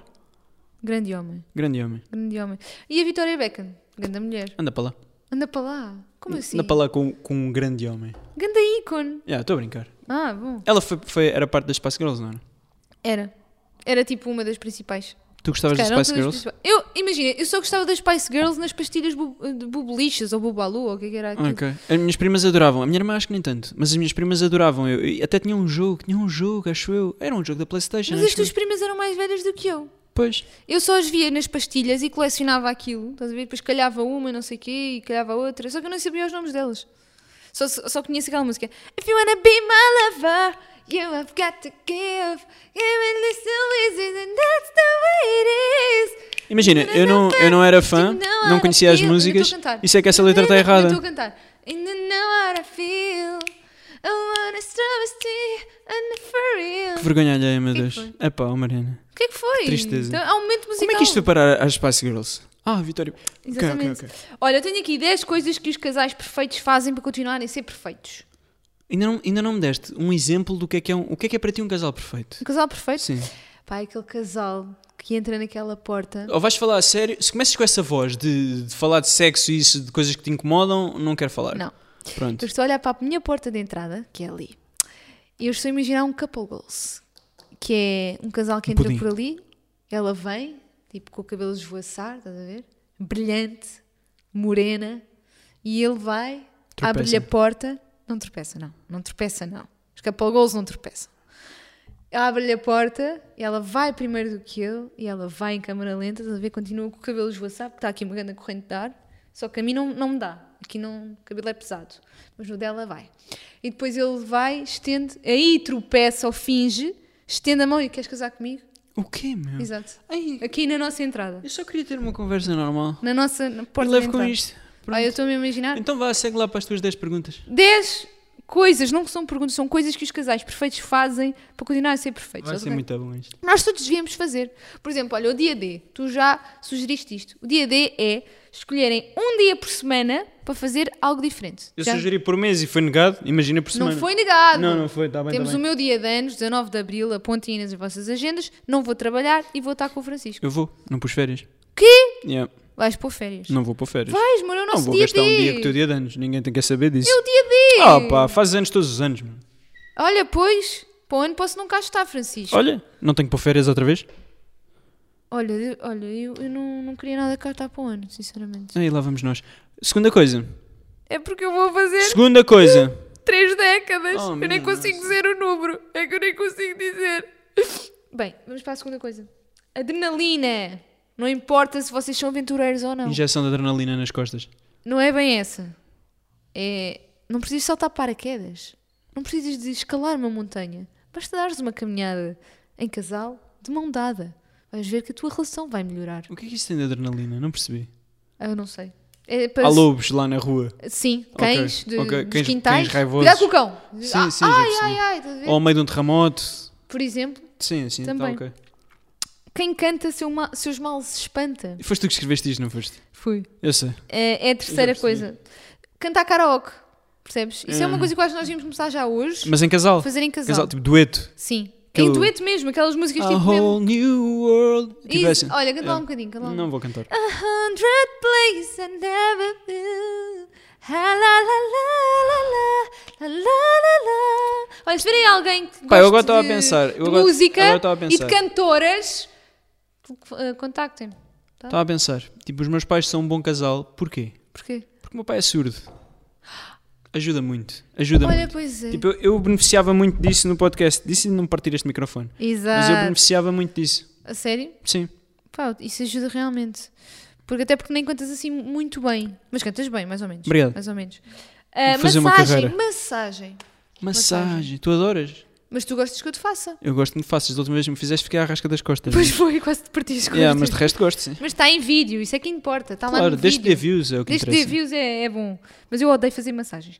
S2: Grande homem,
S1: Grande homem.
S2: grande homem. E a Victoria Beckham? Grande mulher.
S1: Anda para lá.
S2: Anda para lá. Como assim?
S1: Anda para lá com, com um grande homem.
S2: Grande ícone.
S1: Já, estou a brincar.
S2: Ah, bom.
S1: Ela foi, foi- era parte das Spice Girls, não era?
S2: Era. Era tipo uma das principais.
S1: Tu gostavas das
S2: Cara, não
S1: Spice
S2: todas as
S1: Girls?
S2: principais. Eu, imagina, eu só gostava das Spice Girls nas pastilhas bu de bubolichas ou bubalu ou o que é que era aquilo.
S1: Ok. As minhas primas adoravam. A minha irmã acho que nem tanto. Mas as minhas primas adoravam. Eu, eu- até tinha um jogo, tinha um jogo, acho eu. Era um jogo da Playstation.
S2: Mas
S1: acho
S2: as tuas primas eram mais velhas do que eu.
S1: eu. Pois.
S2: Eu só as via nas pastilhas e colecionava aquilo, estás a ver? Depois calhava uma e não sei o quê, e calhava outra, só que eu não sabia os nomes delas. Só, só conheço aquela música. If you wanna be my lover, you have got to give. Give me this reason and that's the way it is.
S1: Imagina, eu não, eu não era fã,
S2: Tipo, now
S1: não
S2: I
S1: conhecia as
S2: feel-
S1: músicas.
S2: Ainda estou a cantar.
S1: Isso é que essa letra está
S2: Ainda- ainda
S1: errada.
S2: Estou a cantar. In the now I feel, I wanna travesty and for real.
S1: Que vergonha alheia, meu
S2: que
S1: Deus.
S2: foi?
S1: É pá, oh Mariana.
S2: O que é que foi?
S1: Tristeza.
S2: Então, há um momento musical.
S1: Como é que isto foi parar às Spice Girls? Ah, Vitória. Ok, ok,
S2: Exatamente.
S1: ok.
S2: Olha, eu tenho aqui 10 coisas que os casais perfeitos fazem para continuarem a ser perfeitos.
S1: Ainda não, ainda não me deste um exemplo do que é que é, um- o que é, que é para ti um casal perfeito.
S2: Um casal perfeito?
S1: Sim.
S2: Pá, é aquele casal que entra naquela porta.
S1: Ou vais falar a sério? Se começas com essa voz de, de falar de sexo e isso, de coisas que te incomodam, não quero falar.
S2: Não. Eu
S1: Pronto.
S2: estou a olhar para a minha porta de entrada, que é ali. E eu estou a imaginar um couple goals, que é um casal que entra
S1: pudim.
S2: por ali, ela vem, tipo com o cabelo esvoaçar, estás a ver? Brilhante, morena, e ele vai,
S1: Tropeça.
S2: abre-lhe a porta, não tropeça, não, não tropeça, não. Os couple goals não tropeçam. Abre-lhe a porta, ela vai primeiro do que ele, e ela vai em câmara lenta, estás a ver? Continua com o cabelo esvoaçado, porque está aqui uma grande corrente de ar, só que a mim não, não me dá. Aqui não, o cabelo é pesado, mas no dela vai. E depois ele vai, estende, aí tropeça ou finge, estende a mão e queres casar comigo?
S1: O quê, meu?
S2: Exato.
S1: Ai,
S2: Aqui na nossa entrada.
S1: eu só queria ter uma conversa normal.
S2: Na nossa na
S1: Eu
S2: porta
S1: levo
S2: da
S1: com
S2: entrada.
S1: isto. Pronto.
S2: Ah, eu estou-me a imaginar.
S1: Então vá, segue lá para as tuas 10 perguntas.
S2: 10 coisas, não são perguntas, são coisas que os casais perfeitos fazem para continuar a ser perfeitos.
S1: Vai
S2: Eles
S1: ser
S2: não-
S1: muito bom isto.
S2: Nós todos devíamos fazer. Por exemplo, olha, o dia D, tu já sugeriste isto. O dia D é escolherem um dia por semana para fazer algo diferente.
S1: Eu
S2: Já
S1: sugeri por mês e foi negado, imagina por semana.
S2: Não foi negado.
S1: Não, não foi, está bem,
S2: Temos
S1: tá
S2: o
S1: bem.
S2: meu dia de anos, 19 de Abril, apontem aí nas vossas agendas. Não vou trabalhar e vou estar com o Francisco.
S1: Eu vou, não pus férias.
S2: Quê?
S1: Yeah,
S2: Vais pôr férias.
S1: não vou para férias.
S2: Vais, mano, é o
S1: não
S2: nosso
S1: vou
S2: dia D.
S1: gastar um dia com o teu dia de anos, ninguém tem que saber disso.
S2: É o dia D.
S1: Ah pá, fazes anos todos os anos, mano.
S2: Olha, pois, para o ano posso não cá estar, Francisco.
S1: Olha, não tenho que pôr férias outra vez?
S2: Olha, eu, olha, eu, eu não, não queria nada cá estar para o ano, sinceramente.
S1: Aí lá vamos nós. Segunda coisa.
S2: É porque eu vou fazer
S1: Segunda coisa.
S2: três décadas.
S1: Oh,
S2: eu
S1: minha
S2: nem consigo dizer o número. É que eu nem consigo dizer. Bem, vamos para a segunda coisa. Adrenalina. Não importa se vocês são aventureiros ou não.
S1: Injeção de adrenalina nas costas.
S2: Não é bem essa. É. Não precisas saltar paraquedas. Não precisas de escalar uma montanha. Basta dares uma caminhada em casal, de mão dada. Vais ver que a tua relação vai melhorar.
S1: O que é que isso tem de adrenalina? Não percebi.
S2: Ah, Eu não sei. É para-
S1: Há lobos lá na rua.
S2: Sim,
S1: Ok,
S2: cães de,
S1: ok,
S2: dos
S1: cães-
S2: quintais.
S1: cães raivosos.
S2: Cuidado com o cão. Ah,
S1: Sim, sim, já
S2: ai,
S1: percebi.
S2: ai, ai, estás a ver?
S1: Ou ao meio de um terremoto.
S2: Por exemplo,
S1: Sim, sim, tá
S2: É. Também.
S1: ok.
S2: quem canta seu ma- seus males se espanta.
S1: E Foste tu que escreveste isto, não foste?
S2: Fui.
S1: Eu sei.
S2: É, é a terceira
S1: percebi.
S2: coisa. Cantar karaoke. Percebes? Isso é. uma
S1: É.
S2: coisa que eu acho que nós íamos começar já hoje.
S1: Mas em casal.
S2: fazer em casal.
S1: Casal, tipo dueto.
S2: Sim.
S1: Aquele-
S2: Em dueto mesmo, aquelas músicas
S1: A
S2: tipo mesmo.
S1: whole new world. Tipo
S2: Isso.
S1: essa.
S2: Olha, canta lá
S1: É.
S2: um bocadinho, canta lá. um
S1: Não vou cantar.
S2: A hundred places I never been. Ah, lá, lá, lá, lá, lá, lá, lá, lá. Olha, se virem alguém que
S1: Pá, eu agora
S2: goste
S1: estava a
S2: de-
S1: pensar, eu
S2: de
S1: agora-
S2: música
S1: agora estava a
S2: e de
S1: pensar.
S2: cantoras, eh, contactem-me.
S1: Estava a pensar. Tipo, os meus pais são um bom casal. Porquê?
S2: Porquê?
S1: Porque o meu pai é surdo. Ajuda muito. Ajuda
S2: Olha,
S1: muito.
S2: pois é.
S1: Tipo, eu, eu beneficiava muito disso no podcast. Disse de não partir este microfone. Mas eu
S2: Exato.
S1: beneficiava muito disso.
S2: A sério?
S1: Sim.
S2: Pá, isso ajuda realmente. Porque até porque nem cantas assim muito bem. Mas cantas bem, mais ou menos.
S1: Obrigado.
S2: Mais ou menos. Ah,
S1: Vou fazer uma
S2: massagem,
S1: carreira.
S2: massagem.
S1: Massagem.
S2: Massagem.
S1: Tu adoras?
S2: Mas tu gostas que eu te faça.
S1: Eu gosto que me faças. Da última vez que me fizeste, fiquei à rasca das costas. é?
S2: Pois foi, quase te parti as
S1: Yeah,
S2: costas.
S1: mas de resto gosto, sim.
S2: Mas está em vídeo, isso é que importa. Está lá
S1: Claro,
S2: no
S1: desde
S2: vídeo.
S1: de views é o que
S2: Desde
S1: interessa.
S2: de views é, é bom. Mas eu odeio fazer massagens.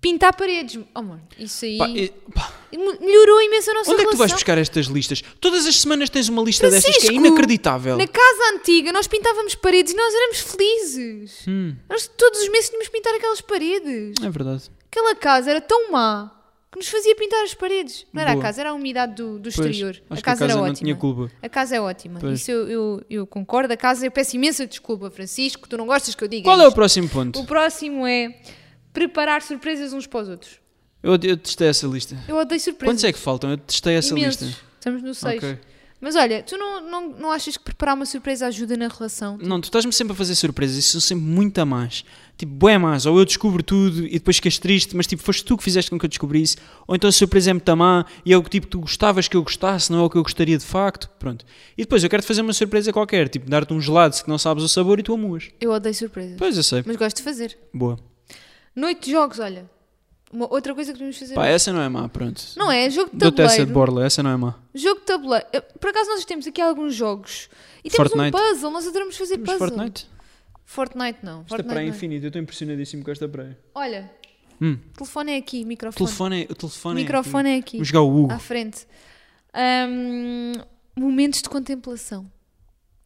S2: Pintar paredes. Oh, amor, isso aí
S1: Pá, e- pá,
S2: me- melhorou imenso a nossa
S1: onde é que tu
S2: relação.
S1: vais buscar estas listas? Todas as semanas tens uma lista destas que é
S2: Francisco,
S1: inacreditável.
S2: Na casa antiga nós pintávamos paredes e nós éramos felizes.
S1: Hum.
S2: Nós todos os meses tínhamos que pintar aquelas paredes.
S1: É verdade.
S2: Aquela casa era tão má que nos fazia pintar as paredes. Não era
S1: Boa.
S2: a casa, era a umidade do, do
S1: Pois,
S2: exterior.
S1: acho
S2: A
S1: que a
S2: casa era
S1: casa não
S2: ótima.
S1: tinha culpa.
S2: A casa é ótima.
S1: Pois.
S2: Isso eu, eu, eu concordo. A casa, eu peço imensa desculpa, Francisco, tu não gostas que eu diga
S1: Qual é o
S2: isto.
S1: próximo ponto?
S2: O próximo é preparar surpresas uns para os outros.
S1: Eu, eu testei essa lista.
S2: Eu odeio surpresas.
S1: Quantos é que faltam? Eu testei essa
S2: Imensos.
S1: lista.
S2: Estamos no 6.
S1: Ok.
S2: Mas olha, tu não, não, não achas que preparar uma surpresa ajuda na relação?
S1: Não, tu estás-me sempre a fazer surpresas e são sempre muito a mais. Tipo, bué más, ou eu descubro tudo e depois ficas triste, mas tipo, foste tu que fizeste com que eu descobrisse, ou então a surpresa é muito a má e é o que tipo tu gostavas que eu gostasse, não é o que eu gostaria de facto. Pronto. E depois eu quero-te fazer uma surpresa qualquer, tipo, dar-te um gelado que não sabes o sabor e tu amuas.
S2: Eu odeio surpresas.
S1: Pois eu sei.
S2: Mas gosto de fazer.
S1: Boa.
S2: Noite de jogos, olha. Uma outra coisa que devemos fazer.
S1: Pá, essa não é má, pronto.
S2: Não é? Jogo de
S1: Dou-te essa de
S2: tabuleiro.
S1: borla, essa não é má.
S2: Jogo de tabuleiro. Eh, Por acaso nós temos aqui alguns jogos. E temos
S1: Fortnite.
S2: um puzzle. Nós adoramos fazer
S1: Temos
S2: puzzle.
S1: Fortnite?
S2: Fortnite não.
S1: Esta
S2: é. Fortnite
S1: praia é
S2: não.
S1: infinita, eu estou impressionadíssimo com esta praia.
S2: Olha.
S1: Hum.
S2: O telefone é aqui, microfone.
S1: O telefone é. O telefone
S2: microfone é aqui.
S1: Vamos jogar o Hugo.
S2: à frente. Ahm, momentos de contemplação.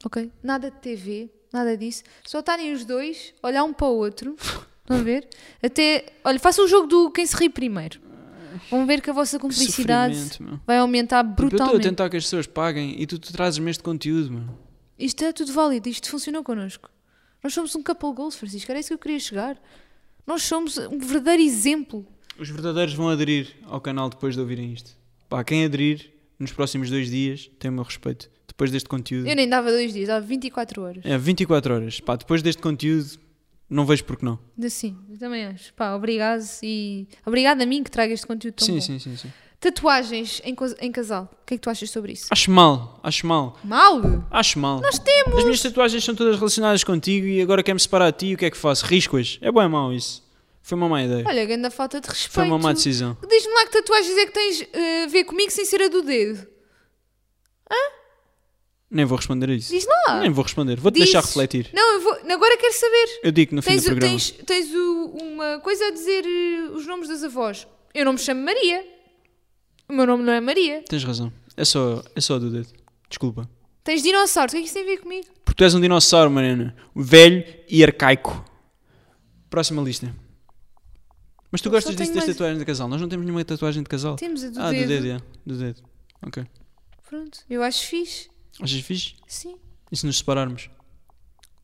S2: Ok? Nada de TV, nada disso. Só estarem os dois, olhar um para o outro. Estão a ver? Até. Olha, faça o jogo do quem se ri primeiro. Vão ver que a vossa
S1: Que
S2: cumplicidade
S1: sofrimento, meu.
S2: vai aumentar
S1: Tipo, Eu estou a
S2: brutalmente.
S1: tentar que as pessoas paguem e tu, tu trazes-me este conteúdo, mano.
S2: Isto é tudo válido, isto funcionou connosco. Nós somos um couple goals, Francisco, era isso que eu queria chegar. Nós somos um verdadeiro exemplo.
S1: Os verdadeiros vão aderir ao canal depois de ouvirem isto. Pá, quem aderir nos próximos dois dias tem o meu respeito. Depois deste conteúdo.
S2: Eu nem dava dois dias, dava 24 horas.
S1: É 24 horas. Pá, depois deste conteúdo, não vejo porque não.
S2: Sim, eu também acho. Pá, obrigado e obrigado a mim que traga este conteúdo tão
S1: sim,
S2: bom.
S1: sim, sim, sim.
S2: Tatuagens em, cos- em casal. O que é que tu achas sobre isso?
S1: Acho mal, acho mal,
S2: Mal!
S1: acho mal.
S2: Nós temos!
S1: As minhas tatuagens são todas relacionadas contigo e agora quero-me separar de ti e o que é que faço? Risco-as. É bom é mau isso. Foi uma má ideia.
S2: Olha, grande falta de respeito.
S1: Foi uma má decisão.
S2: Diz-me lá que tatuagens é que tens eh, a ver comigo sem ser a do dedo. Hã?
S1: Nem vou responder a isso.
S2: Diz lá.
S1: Nem vou responder. Vou-te
S2: Dizes-
S1: deixar refletir.
S2: Não, eu vou... agora quero saber.
S1: Eu digo no fim
S2: Tens,
S1: do
S2: o-
S1: programa.
S2: tens, tens o- uma coisa a dizer eh, os nomes das avós. Eu não me chamo Maria. O meu nome não é Maria.
S1: Tens razão. É só, é só do dedo. Desculpa.
S2: Tens dinossauros. O que é que isso tem a ver comigo?
S1: Porque tu és um dinossauro, Mariana. Um Velho e arcaico. Próxima lista. Mas tu
S2: Eu
S1: gostas
S2: só
S1: disso
S2: tenho
S1: das
S2: mais-
S1: tatuagens de casal? Nós não temos nenhuma tatuagem de casal.
S2: Temos a do
S1: ah,
S2: dedo.
S1: do dedo, é. Do dedo. Ok.
S2: Pronto. Eu acho fixe.
S1: Achas fixe?
S2: Sim.
S1: E se nos separarmos?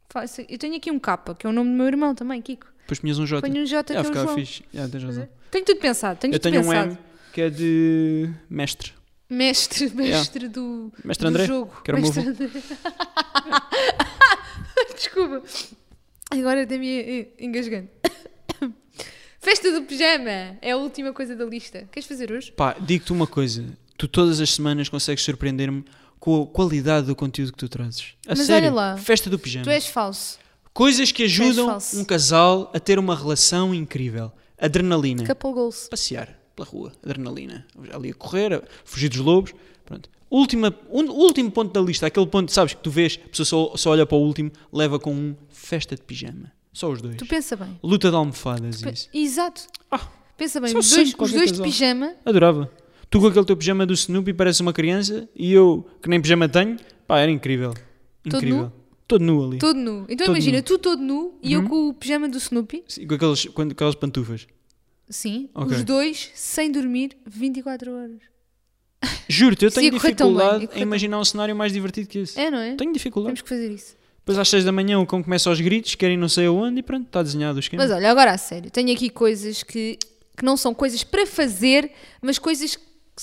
S2: Faço- Eu tenho aqui um K, que é o nome do meu irmão também, Kiko.
S1: Depois punhas um J.
S2: Ponho um J que é
S1: Ah,
S2: o
S1: ficava
S2: João.
S1: fixe. Ah, tens razão.
S2: Tenho tudo pensado. Tenho
S1: Eu
S2: tudo
S1: tenho um
S2: pensado.
S1: M que é de mestre.
S2: Mestre, mestre do,
S1: Mestre
S2: do
S1: André,
S2: jogo.
S1: que era o meu
S2: Mestre André. Desculpa. Agora até me eh, engasgando. Festa do pijama é a última coisa da lista. Queres fazer hoje?
S1: Pá, digo-te uma coisa. Tu todas as semanas consegues surpreender-me com a qualidade do conteúdo que tu trazes. A
S2: Mas olha
S1: sério,
S2: lá.
S1: Festa do pijama.
S2: Tu és falso.
S1: Coisas que ajudam
S2: é falso.
S1: um casal a ter uma relação incrível. Adrenalina.
S2: Couple goals.
S1: Passear pela rua. Adrenalina. Ali a correr, a fugir dos lobos. Pronto. Última, un- último ponto da lista. Aquele ponto, sabes, que tu vês, a pessoa só, só olha para o último, leva com um festa de pijama. Só os dois.
S2: Tu pensa bem.
S1: Luta de almofadas e
S2: Pe-
S1: isso.
S2: Exato.
S1: Ah,
S2: Pensa bem.
S1: Só
S2: Os
S1: sei
S2: dois,
S1: de
S2: os
S1: qualquer
S2: dois de
S1: casal.
S2: pijama.
S1: adorava. Tu com aquele teu pijama do Snoopy parece uma criança e eu, que nem pijama tenho, pá, era incrível.
S2: Todo
S1: Incrível.
S2: nu?
S1: Todo nu ali.
S2: Todo nu. Então
S1: Todo
S2: imagina,
S1: nu. Uhum.
S2: tu todo nu e eu com o pijama do Snoopy.
S1: Sim, Com, aqueles, com aquelas pantufas.
S2: Sim.
S1: Ok.
S2: Os dois sem dormir 24 horas.
S1: Juro-te, eu
S2: Isso ia
S1: tenho
S2: correr tão bem, ia
S1: dificuldade
S2: correr
S1: em imaginar um cenário mais divertido que esse.
S2: É, não é?
S1: Tenho dificuldade.
S2: Temos que fazer isso.
S1: Depois às 6 da manhã o cão começa aos gritos, querem não sei aonde e pronto, está desenhado o esquema.
S2: Mas olha, agora a sério, tenho aqui coisas que, que não são coisas para fazer, mas coisas,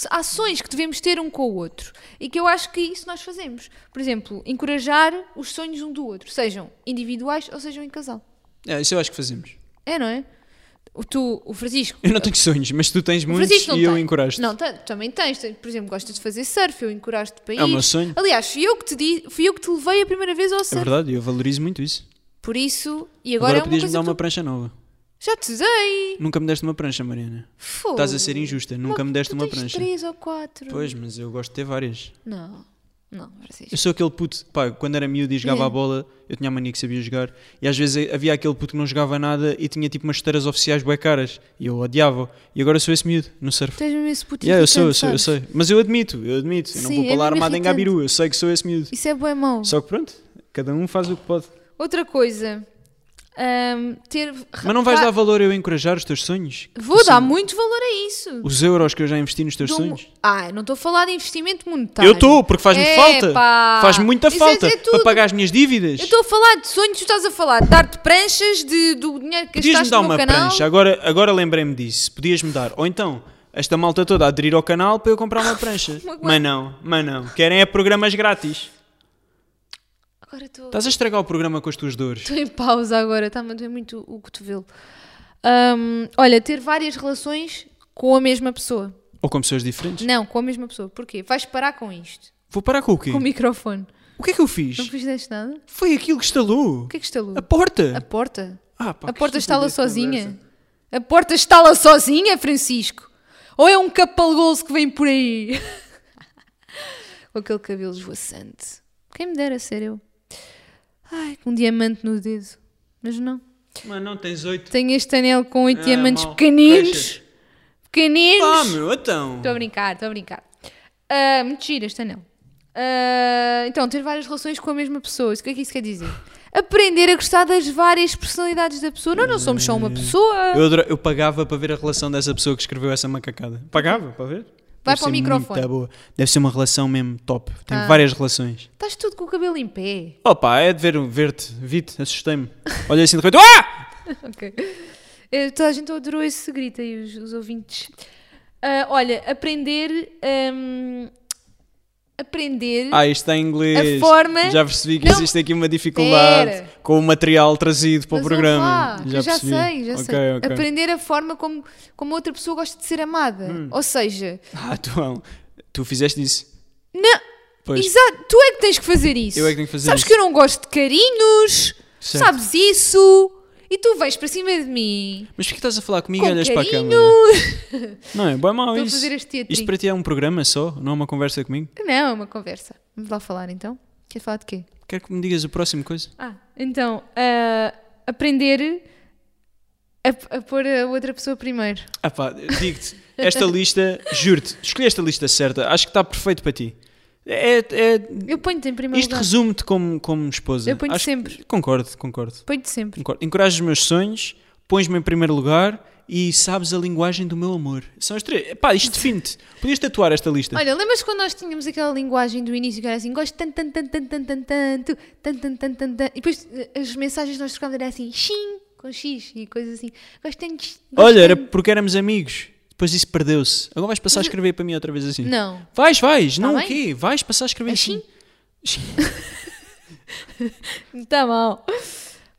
S2: ações que devemos ter um com o outro. E que eu acho que isso nós fazemos. Por exemplo, encorajar os sonhos um do outro, sejam individuais ou sejam em casal.
S1: É, isso eu acho que fazemos.
S2: É, não é? O tu, o Francisco.
S1: Eu não tenho sonhos, mas tu tens
S2: o
S1: muitos
S2: Francisco não
S1: e eu
S2: tem.
S1: encorajo-te.
S2: Não, tem- também tens. Tem- Por exemplo, gostas de fazer surf, eu encorajo-te para ir.
S1: É o meu sonho.
S2: Aliás, fui eu que te, di, fui eu que te levei a primeira vez ao
S1: É
S2: surf.
S1: verdade, eu valorizo muito isso.
S2: Por isso, e agora,
S1: Agora,
S2: é uma
S1: podias-me
S2: coisa
S1: dar
S2: que
S1: uma
S2: tu-
S1: prancha nova.
S2: Já te dei.
S1: Nunca me deste uma prancha, Mariana.
S2: Fogo.
S1: Estás a ser injusta, nunca me deste
S2: Tu
S1: uma
S2: tens
S1: prancha.
S2: três ou quatro.
S1: Pois, mas eu gosto de ter várias.
S2: Não, não, Francisco.
S1: Eu sou aquele puto, pá, quando era miúdo e jogava
S2: É.
S1: a bola, eu tinha a mania que sabia jogar, e às vezes havia aquele puto que não jogava nada e tinha tipo umas chuteiras oficiais bué caras, e eu odiava. E agora sou esse miúdo, no surf.
S2: Tu és mesmo esse puto
S1: Yeah, eu
S2: irritante,
S1: sou, eu sou, eu
S2: sabes?
S1: sei. Mas eu admito, eu admito. Eu
S2: Sim,
S1: não vou
S2: é
S1: para lá
S2: mesmo
S1: armado em
S2: irritante.
S1: Gabiru, eu sei que sou esse miúdo.
S2: Isso é bué mau.
S1: Só que pronto, cada um faz o que pode.
S2: Outra coisa, ahm, ter...
S1: Mas não vais dar valor a eu encorajar os teus sonhos?
S2: Vou dar muito valor a isso.
S1: Os euros que eu já investi nos teus
S2: Dou mu-
S1: sonhos?
S2: Ah, eu não estou a falar de investimento monetário.
S1: Eu estou, porque faz-me
S2: Epá,
S1: falta. Faz-me muita
S2: isso é-
S1: falta
S2: é tudo.
S1: para pagar as minhas dívidas.
S2: Eu estou a falar de sonhos, tu estás a falar de dar-te pranchas, de, do dinheiro que
S1: Podias-me
S2: gastaste
S1: dar
S2: no meu
S1: uma
S2: canal.
S1: prancha, agora, agora lembrei-me disso. Podias-me dar. Ou então, esta malta toda a aderir ao canal para eu comprar uma prancha.
S2: Uma guarda.
S1: mas não, mas não. Querem é programas grátis.
S2: Agora estou...
S1: Estás a estragar o programa com as tuas dores.
S2: Estou em pausa agora, está-me a doer muito o cotovelo. Ahm, olha, ter várias relações com a mesma pessoa.
S1: Ou com pessoas diferentes.
S2: Não, com a mesma pessoa. Porquê? Vais parar com isto.
S1: Vou parar com o quê?
S2: Com o microfone.
S1: O que é que eu
S2: Não
S1: fiz?
S2: fizeste nada?
S1: Foi aquilo que estalou.
S2: O que é que estalou?
S1: A
S2: A,
S1: porta.
S2: porta?
S1: Ah, pá,
S2: a
S1: que
S2: porta estala
S1: estupidez de
S2: sozinha?
S1: conversa.
S2: A porta estala sozinha, Francisco? Ou é um capalgoso que vem por aí? Com aquele cabelo esvoaçante. Quem me dera ser eu. Ai, com um diamante no dedo. Mas não.
S1: Mano, não tens oito.
S2: Tenho este anel com oito
S1: Ah,
S2: diamantes
S1: mau.
S2: pequeninos.
S1: Queixas. Ah,
S2: Pequeninos.
S1: meu, então.
S2: Estou a brincar, estou a brincar. Ah, muito giro este anel. Ah, então, ter várias relações com a mesma pessoa. Isso- O que é que isso quer dizer? Aprender a gostar das várias personalidades da pessoa. Nós não somos só uma pessoa.
S1: Hum. Eu, adora- eu pagava para ver a relação dessa pessoa que escreveu essa macacada. Pagava para ver?
S2: Vai para
S1: Deve
S2: o
S1: ser
S2: microfone. Ah.
S1: muita boa. Deve ser uma relação mesmo top. Tem várias relações.
S2: Estás tudo com o cabelo em pé.
S1: Opa, é de ver, ver-te, vi-te, assustei-me. Olha assim de repente. Ah!
S2: Ok. Eh, Toda a gente adorou esse grito aí, os, os ouvintes. Ah, olha, aprender. hum, aprender.
S1: Ah, isto está em inglês.
S2: A forma-
S1: Já percebi que
S2: Não.
S1: existe aqui uma dificuldade
S2: Pera.
S1: com o material trazido para
S2: Mas
S1: o
S2: ouve
S1: programa.
S2: lá, que eu já
S1: percebi.
S2: sei, já
S1: Ok,
S2: sei.
S1: ok.
S2: Aprender a forma como, como outra pessoa gosta de ser amada.
S1: Hum.
S2: Ou seja,
S1: Ah, tu, tu fizeste isso.
S2: não,
S1: Pois.
S2: exato, tu é que tens que fazer isso.
S1: Eu é que tenho que fazer
S2: Sabes
S1: isso.
S2: que eu não gosto de carinhos,
S1: Certo.
S2: sabes isso, e tu vens para cima de mim.
S1: Mas por que estás a falar comigo
S2: Com
S1: e olhas para a câmera?
S2: carinho!
S1: Não, é bem mau
S2: Estou a
S1: isso.
S2: fazer este teatrinho.
S1: Isto para ti é um programa só, não é uma conversa comigo?
S2: não, é uma conversa. Vamos lá falar então. Quer falar de quê?
S1: Quero que me digas a próxima coisa.
S2: Ah, então, ah, aprender a, a pôr a outra pessoa primeiro.
S1: Ah pá, digo-te, esta lista, juro-te, escolhi esta lista certa, acho que está perfeito para ti. É, é-
S2: Eu ponho-te em primeiro
S1: isto
S2: lugar.
S1: resume-te como, como esposa.
S2: Eu ponho
S1: Acho-
S2: sempre.
S1: Concordo, concordo,
S2: Ponho-te sempre.
S1: concordo. Encorajas os meus sonhos, pões-me em primeiro lugar e sabes a linguagem do meu amor. São as três. Pá, isto define-te. Podias tatuar esta lista.
S2: Olha, lembras quando nós tínhamos aquela linguagem do início que era assim, gosto tanto, tanto, tanto, tanto, tanto, tanto, tanto, tanto, tanto, tanto, tanto, e depois eh, as mensagens que nós trocávamos era assim, xim, com x e coisas assim, gosto tanto, gosto
S1: Olha, era
S2: tanto.
S1: porque éramos amigos. Depois isso perdeu-se. Agora vais passar a escrever para mim outra vez assim.
S2: Não,
S1: Vais, vais. não
S2: Tá bem.
S1: o quê? Vais passar a escrever
S2: Assim?
S1: assim.
S2: está tá mal.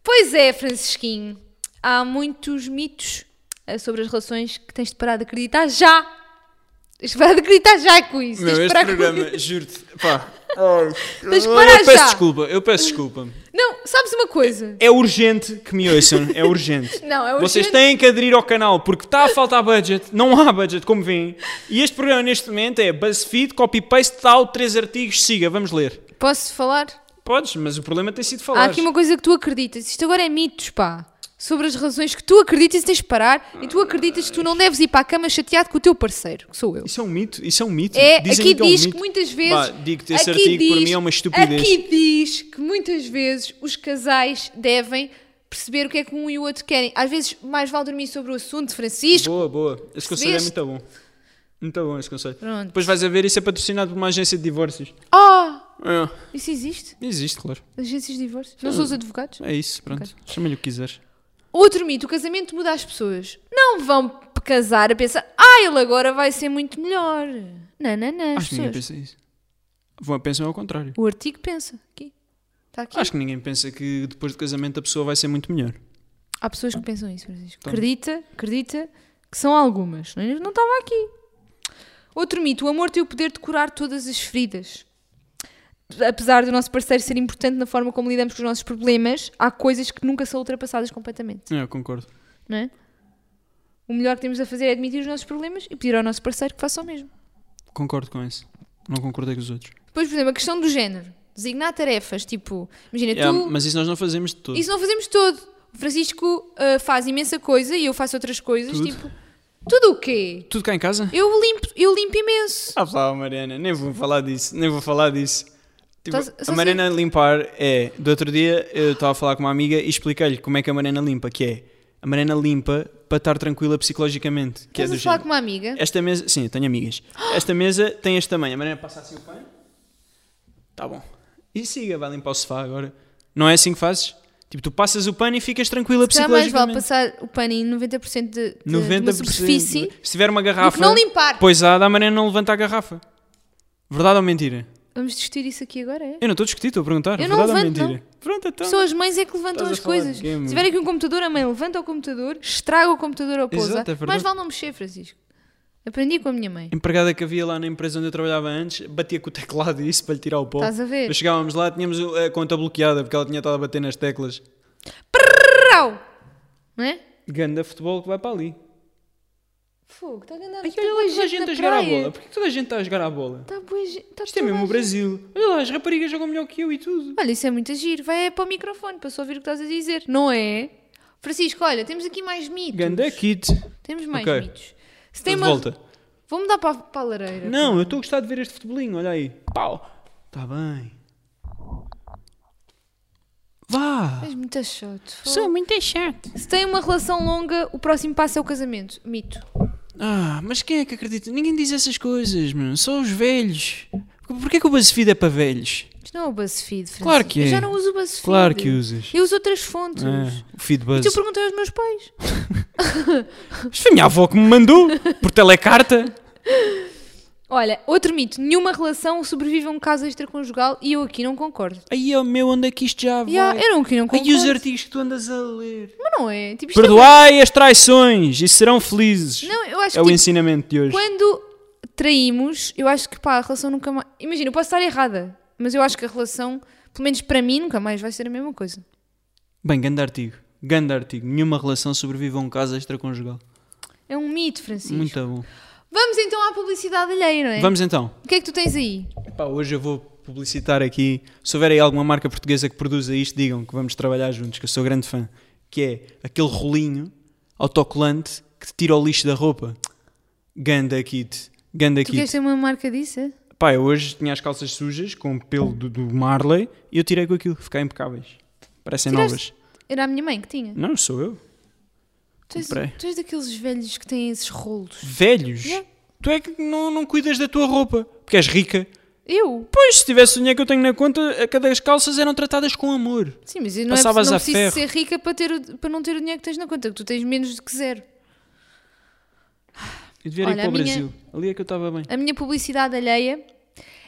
S2: Pois é, Francisquinho, há muitos mitos eh, sobre as relações que tens de parar de acreditar já. Tens de parar de acreditar já com isso. tens de parar com isso.
S1: juro-te, pá.
S2: Tens de parar já.
S1: eu peço desculpa, eu peço desculpa.
S2: Não, sabes uma coisa?
S1: É urgente que me ouçam, é urgente.
S2: Não, é
S1: Vocês
S2: urgente.
S1: têm que aderir ao canal porque está a faltar budget, não há budget, como veem. E este programa neste momento é BuzzFeed, copy-paste, tal, três artigos, siga, vamos ler.
S2: Posso falar?
S1: Podes, mas o problema tem sido
S2: Há
S1: falar.
S2: Ah, aqui uma coisa que tu acreditas. Isto agora é mitos, pá. Sobre as razões que tu acreditas e tens de parar. E tu acreditas que tu não deves ir para a cama chateado com o teu parceiro, que sou eu.
S1: Isso é um mito, isso é um mito.
S2: É,
S1: Dizem
S2: aqui
S1: é um
S2: diz
S1: mito.
S2: que muitas vezes.
S1: Pá, digo-te, esse
S2: aqui
S1: artigo para
S2: diz-
S1: mim é uma estupidez.
S2: Aqui diz que muitas vezes os casais devem perceber o que é que um e o outro querem. Às vezes mais vale dormir sobre o assunto, Francisco.
S1: Boa, boa. Esse conselho é
S2: Percebeste?
S1: muito bom. Muito bom esse conselho.
S2: Pronto.
S1: Depois vais a ver, isso é patrocinado por uma agência de divórcios.
S2: Ah!
S1: É.
S2: Isso existe?
S1: Existe, claro.
S2: Agências de divórcio? Não são os advogados?
S1: É isso, pronto. Chama-lhe o que quiseres.
S2: Outro mito, o casamento muda as pessoas. Não vão p- casar a pensar, ah, ele agora vai ser muito melhor. Não, não, não. As
S1: Acho que
S2: pessoas.
S1: ninguém pensa isso. Vão pensam ao contrário.
S2: O artigo pensa. Aqui. Está aqui.
S1: Acho que ninguém pensa que depois do casamento a pessoa vai ser muito melhor.
S2: Há pessoas que pensam isso, Francisco.
S1: Então.
S2: Acredita, acredita que são algumas. Não não estava aqui. Outro mito, o amor tem o poder de curar todas as feridas. Apesar do nosso parceiro ser importante na forma como lidamos com os nossos problemas, há coisas que nunca são ultrapassadas completamente,
S1: É, eu concordo.
S2: não é? O melhor que temos a fazer é admitir os nossos problemas e pedir ao nosso parceiro que faça o mesmo.
S1: Concordo com isso. Não concordei com os outros.
S2: Depois, por exemplo, a questão do género. Designar tarefas, tipo, imagina,
S1: Yeah,
S2: tu...
S1: É, mas isso nós não fazemos de todo.
S2: Isso não fazemos todo. O Francisco ah, faz imensa coisa e eu faço outras coisas,
S1: Tudo.
S2: tipo... Tudo o quê?
S1: Tudo cá em casa?
S2: Eu limpo, eu limpo imenso.
S1: Ah pá, Mariana, nem vou falar disso, nem vou falar disso. Tipo,
S2: Estás- estás
S1: a
S2: a
S1: Mariana limpar é. Do outro dia eu estava a falar com uma amiga e expliquei-lhe como é que a Mariana limpa, que é a Mariana limpa para estar tranquila psicologicamente. Que é
S2: Estás
S1: do
S2: a falar
S1: género. É
S2: com uma amiga?
S1: Esta mesa, sim, eu tenho amigas. Esta mesa tem este tamanho. A Mariana passa assim o pano. Tá bom. E siga, vai limpar o sofá agora. Não é assim que fazes? Tipo, tu passas o pano e ficas tranquila
S2: Já mais vale
S1: psicologicamente.
S2: passar o pano em 90% de, de, de uma
S1: 90%.
S2: superfície
S1: Se tiver uma
S2: do
S1: garrafa
S2: que não limpar.
S1: poisada, a Mariana não levanta a garrafa. Verdade ou mentira?
S2: Vamos discutir isso aqui agora, é?
S1: Eu não estou a discutir, estou a perguntar.
S2: Eu não
S1: verdade
S2: levanto,
S1: ou mentira? Pronto, então.
S2: Só as mães é que levantam
S1: Estás a
S2: as
S1: falar de
S2: coisas.
S1: quê, meu?
S2: Se tiver aqui um computador, a mãe levanta o computador, estraga o computador ou pousa.
S1: Exato, é verdade.
S2: mais vale não mexer, Francisco. Aprendi com a minha mãe.
S1: A empregada que havia lá na empresa onde eu trabalhava antes, batia com o teclado e isso para lhe tirar o pó.
S2: Estás a ver?
S1: Nós chegávamos lá, tínhamos eh, a conta bloqueada porque ela tinha estado a bater nas teclas.
S2: Prau! Não é?
S1: Ganda futebol que vai para ali.
S2: Fogo, tá está então a andar.
S1: Ai, olha lá toda a gente a jogar à bola. Porquê que toda a gente está a jogar à bola?
S2: Está boa gente. Está
S1: Isto é mesmo o Brasil. Olha lá, as raparigas jogam melhor que eu e tudo.
S2: Olha, isso é muito giro. Vai é para o microfone para só ouvir o que estás a dizer. Não é? Francisco, olha, temos aqui mais mitos.
S1: Ganda kit.
S2: Temos mais
S1: Ok.
S2: mitos. Se
S1: Tem
S2: tem
S1: de
S2: uma...
S1: volta.
S2: Vou mudar para, a- para a lareira.
S1: Não, eu estou a gostar de ver este futebolinho, olha aí. Pau. Está bem. Vá.
S2: És muito chato.
S1: Sou muito chato.
S2: Se tem uma relação longa, o próximo passo é o casamento. Mito.
S1: Ah, mas quem é que acredita? Ninguém diz essas coisas, mano. Só os velhos. Porquê que o BuzzFeed é para velhos?
S2: Isto não é o BuzzFeed, Francisco.
S1: Claro que
S2: Eu
S1: é.
S2: já não uso o BuzzFeed.
S1: Claro que usas.
S2: Eu uso outras fontes.
S1: É, o
S2: E
S1: feedbuzz.
S2: tu perguntei aos meus pais.
S1: Mas foi a minha avó que me mandou por telecarta.
S2: Olha, outro mito. Nenhuma relação sobrevive a um caso extraconjugal e eu aqui não concordo.
S1: Aí, ó meu, onde é que isto já vai?
S2: Yeah, eu não, aqui não concordo.
S1: Aí os artigos que tu andas a ler.
S2: Mas não é. Tipo, isto é-
S1: Perdoai as traições e serão felizes.
S2: Não, eu acho que
S1: é o
S2: tipo,
S1: ensinamento de hoje.
S2: Quando traímos, eu acho que pá, a relação nunca mais. Imagina, eu posso estar errada, mas eu acho que a relação, pelo menos para mim, nunca mais vai ser a mesma coisa.
S1: Bem, grande artigo. Grande artigo. Nenhuma relação sobrevive a um caso extraconjugal.
S2: É um mito, Francisco.
S1: Muito bom.
S2: Vamos então à publicidade alheia, não é?
S1: Vamos então.
S2: O que é que tu tens aí?
S1: Pá, hoje eu vou publicitar aqui. Se houver aí alguma marca portuguesa que produza isto, digam que vamos trabalhar juntos, que eu sou grande fã. Que é aquele rolinho autocolante que te tira o lixo da roupa. Ganda kit. Ganda
S2: Tu
S1: kit.
S2: queres ter uma marca disso? é?
S1: Pá, eu hoje tinha as calças sujas com o pelo do, do Marley e eu tirei com aquilo. Ficaram impecáveis. Parecem
S2: Tiraste?
S1: novas.
S2: Era a minha mãe que tinha.
S1: Não, sou eu.
S2: Tu és,
S1: Comprei.
S2: tu és daqueles velhos que têm esses rolos.
S1: Velhos?
S2: Yeah.
S1: Tu é que não, não cuidas da tua roupa, porque és rica.
S2: Eu?
S1: Pois, se tivesse o dinheiro que eu tenho na conta, a cada as calças eram tratadas com amor.
S2: Sim, mas eu não, é,
S1: Passavas
S2: não
S1: a
S2: preciso
S1: ferro.
S2: ser rica para, ter o- para não ter o dinheiro que tens na conta, que tu tens menos do que zero.
S1: Eu devia ir
S2: Olha,
S1: para
S2: a
S1: o
S2: minha-
S1: Brasil. Ali é que eu estava bem.
S2: A minha publicidade alheia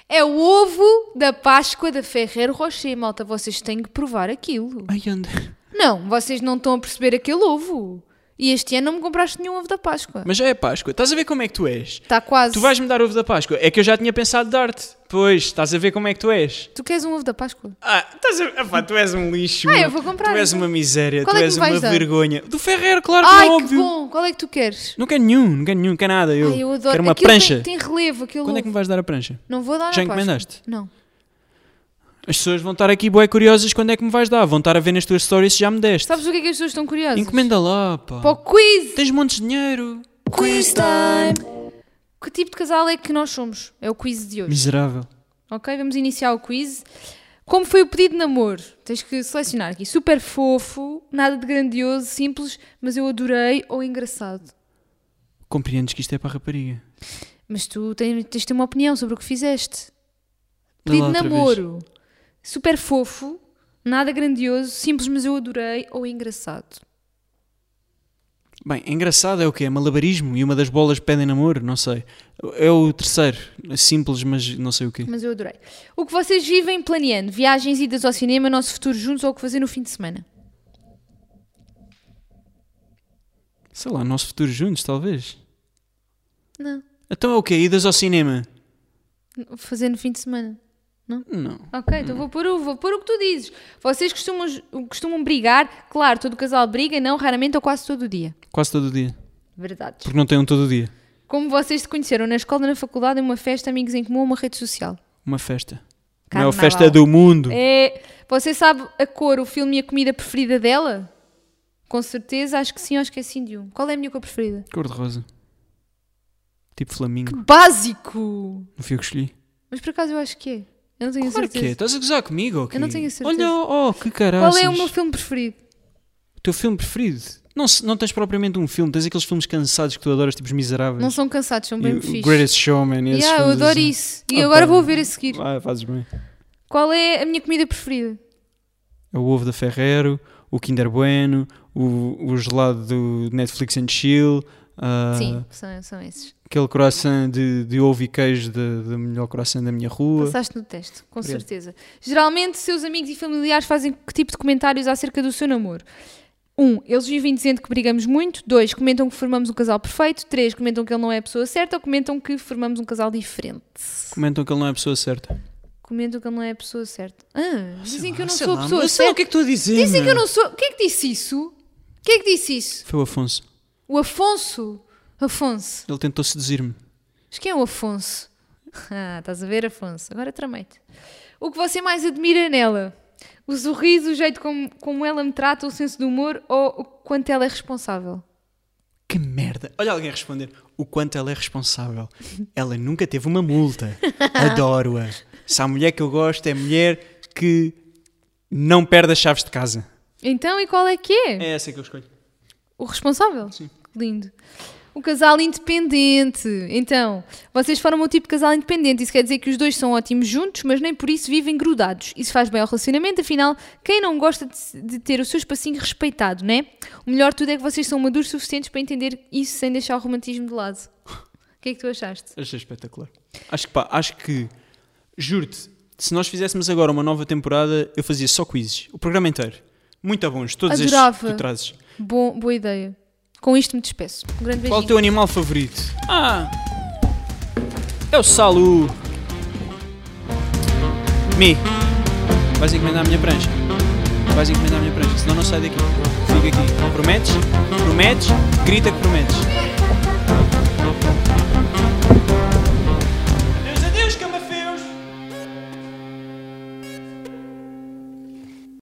S2: é o ovo da Páscoa da Ferreiro Rocher. Malta, vocês têm que provar aquilo.
S1: Ai, anda.
S2: Não, vocês não estão a perceber aquele ovo. E este ano não me compraste nenhum ovo da Páscoa.
S1: Mas já é Páscoa. Estás a ver como é que tu és?
S2: Está quase.
S1: Tu vais-me dar ovo da Páscoa. É que eu já tinha pensado dar-te. Pois, estás a ver como é que tu és.
S2: Tu queres um ovo da Páscoa?
S1: Ah, estás a... Epá, tu és um lixo.
S2: Ah,
S1: meu.
S2: eu vou comprar,
S1: Tu és
S2: então.
S1: uma miséria,
S2: Qual
S1: tu
S2: é que
S1: és
S2: me vais
S1: uma
S2: dar?
S1: vergonha. Do Ferreiro, claro
S2: Ai,
S1: que
S2: que
S1: não, óbvio.
S2: bom! Qual é que tu queres?
S1: Não quero nenhum, não quero nenhum, não quero nada. Eu,
S2: Ai, eu adoro.
S1: quero uma
S2: Aquilo
S1: prancha.
S2: Tem, tem relevo, aquele
S1: Quando
S2: ovo.
S1: é que me vais dar a prancha?
S2: Não vou dar
S1: Já
S2: na Páscoa.
S1: encomendaste?
S2: Não.
S1: As pessoas vão estar aqui bué curiosas quando é que me vais dar. Vão estar a ver nas tuas stories se já me deste.
S2: Sabes o que é que as pessoas estão curiosas?
S1: Encomenda lá, pá.
S2: Para o quiz!
S1: Tens montes de dinheiro.
S2: Quiz time! Que tipo de casal é que nós somos? É o quiz de hoje.
S1: Miserável.
S2: Ok, vamos iniciar o quiz. Como foi o pedido de namoro? Tens que selecionar aqui. Super fofo, nada de grandioso, simples, mas eu adorei ou engraçado.
S1: Compreendes que isto é para a rapariga.
S2: Mas tu tens, tens de ter uma opinião sobre o que fizeste.
S1: Dá
S2: Pedido
S1: lá
S2: de
S1: outra vez.
S2: namoro. Super fofo, nada grandioso, simples, mas eu adorei ou engraçado.
S1: Bem, engraçado é o quê? É malabarismo e uma das bolas pedem namoro? Não sei. É o terceiro. É Simples, mas não sei o quê.
S2: Mas eu adorei. O que vocês vivem planeando? Viagens, idas ao cinema, nosso futuro juntos ou o que fazer no fim de semana?
S1: Sei lá, nosso futuro juntos, talvez.
S2: Não.
S1: Então é o quê? Idas ao cinema?
S2: Fazer no fim de semana.
S1: Não.
S2: Ok, então vou pôr, o, vou pôr o que tu dizes. Vocês costumam, costumam brigar? Claro, todo casal briga, não raramente ou quase todo dia.
S1: Quase todo o dia.
S2: Verdade.
S1: Porque não tem um todo o dia.
S2: Como vocês se conheceram? Na escola, na faculdade, em uma festa, amigos em comum ou uma rede social?
S1: Uma festa.
S2: Carnaval.
S1: Não é a festa do mundo.
S2: É, você sabe a cor, o filme e a comida preferida dela? Com certeza, acho que sim, acho que é sim de um. Qual é a minha cor preferida?
S1: Cor de rosa. Tipo flamingo.
S2: Básico!
S1: Não fui eu que escolhi.
S2: Mas por acaso eu acho que é. Eu não tenho
S1: Claro que é.
S2: certeza.
S1: Estás a gozar comigo? ou quê?
S2: não tenho certeza.
S1: Olha, oh, que caralho.
S2: Qual é o meu filme preferido?
S1: O teu filme preferido? Não, se- não tens propriamente um filme, tens aqueles filmes cansados que tu adoras, tipo Os Miseráveis.
S2: Não são cansados, são bem
S1: E o-
S2: fixe.
S1: o Greatest Showman. esses
S2: Yeah, eu
S1: filmes
S2: adoro
S1: assim.
S2: isso. E
S1: Ah,
S2: agora
S1: pá.
S2: vou ver a seguir.
S1: Ah, fazes bem.
S2: Qual é a minha comida preferida?
S1: É o ovo da Ferrero, o Kinder Bueno, o, o gelado do Netflix and Chill, ah,
S2: Sim, são, são esses.
S1: aquele croissant de, de ovo e queijo da- da melhor croissant da minha rua.
S2: Passaste no teste, com
S1: Obrigado.
S2: certeza. Geralmente, seus amigos e familiares fazem que tipo de comentários acerca do seu namoro? 1. Um, eles vivem dizendo que brigamos muito. 2. Comentam que formamos um casal perfeito. 3. Comentam que ele não é a pessoa certa. Ou comentam que formamos um casal diferente.
S1: Comentam que ele não é a pessoa certa.
S2: Comentam que ele não é a pessoa certa. Ah, dizem que eu não
S1: Sei
S2: sou
S1: lá,
S2: a pessoa
S1: mas sei lá
S2: certa.
S1: o que é que estou a dizer.
S2: Dizem que eu
S1: meu.
S2: não sou. Quem é que disse isso? Quem é que disse isso?
S1: Foi o Afonso.
S2: O Afonso? Afonso.
S1: Ele tentou seduzir-me.
S2: Mas quem é o Afonso? Ah, estás a ver, Afonso? Agora tramei-te. O que você mais admira nela? O sorriso, o jeito como, como ela me trata, o senso de humor ou o quanto ela é responsável?
S1: Que merda! Olha alguém responder. O quanto ela é responsável. Ela nunca teve uma multa. Adoro-a. Se há mulher que eu gosto, é mulher que não perde as chaves de casa.
S2: Então, e qual é que é?
S1: É essa que eu escolho.
S2: O responsável? Sim. Lindo. O casal independente. Então, vocês formam o tipo de casal independente. Isso quer dizer que os dois são ótimos juntos, mas nem por isso vivem grudados. Isso faz bem ao relacionamento. Afinal, quem não gosta de, se- de ter o seu espacinho respeitado, né? O melhor de tudo é que vocês são maduros suficientes para entender isso sem deixar o romantismo de lado. O que é que tu achaste?
S1: Achei espetacular. Acho que pá, acho que. Juro-te, se nós fizéssemos agora uma nova temporada, eu fazia só quizzes. O programa inteiro. Muito bons. Todos estes
S2: Adorava.
S1: que tu trazes.
S2: Bom- boa ideia. Com isto me despeço. Um grande
S1: Qual
S2: beijinho.
S1: o teu animal favorito? Ah! É o Salu! Mi, vais encomendar a minha prancha. Vais encomendar a minha prancha, senão não sai daqui. Fica aqui. Prometes? Prometes? Grita que prometes.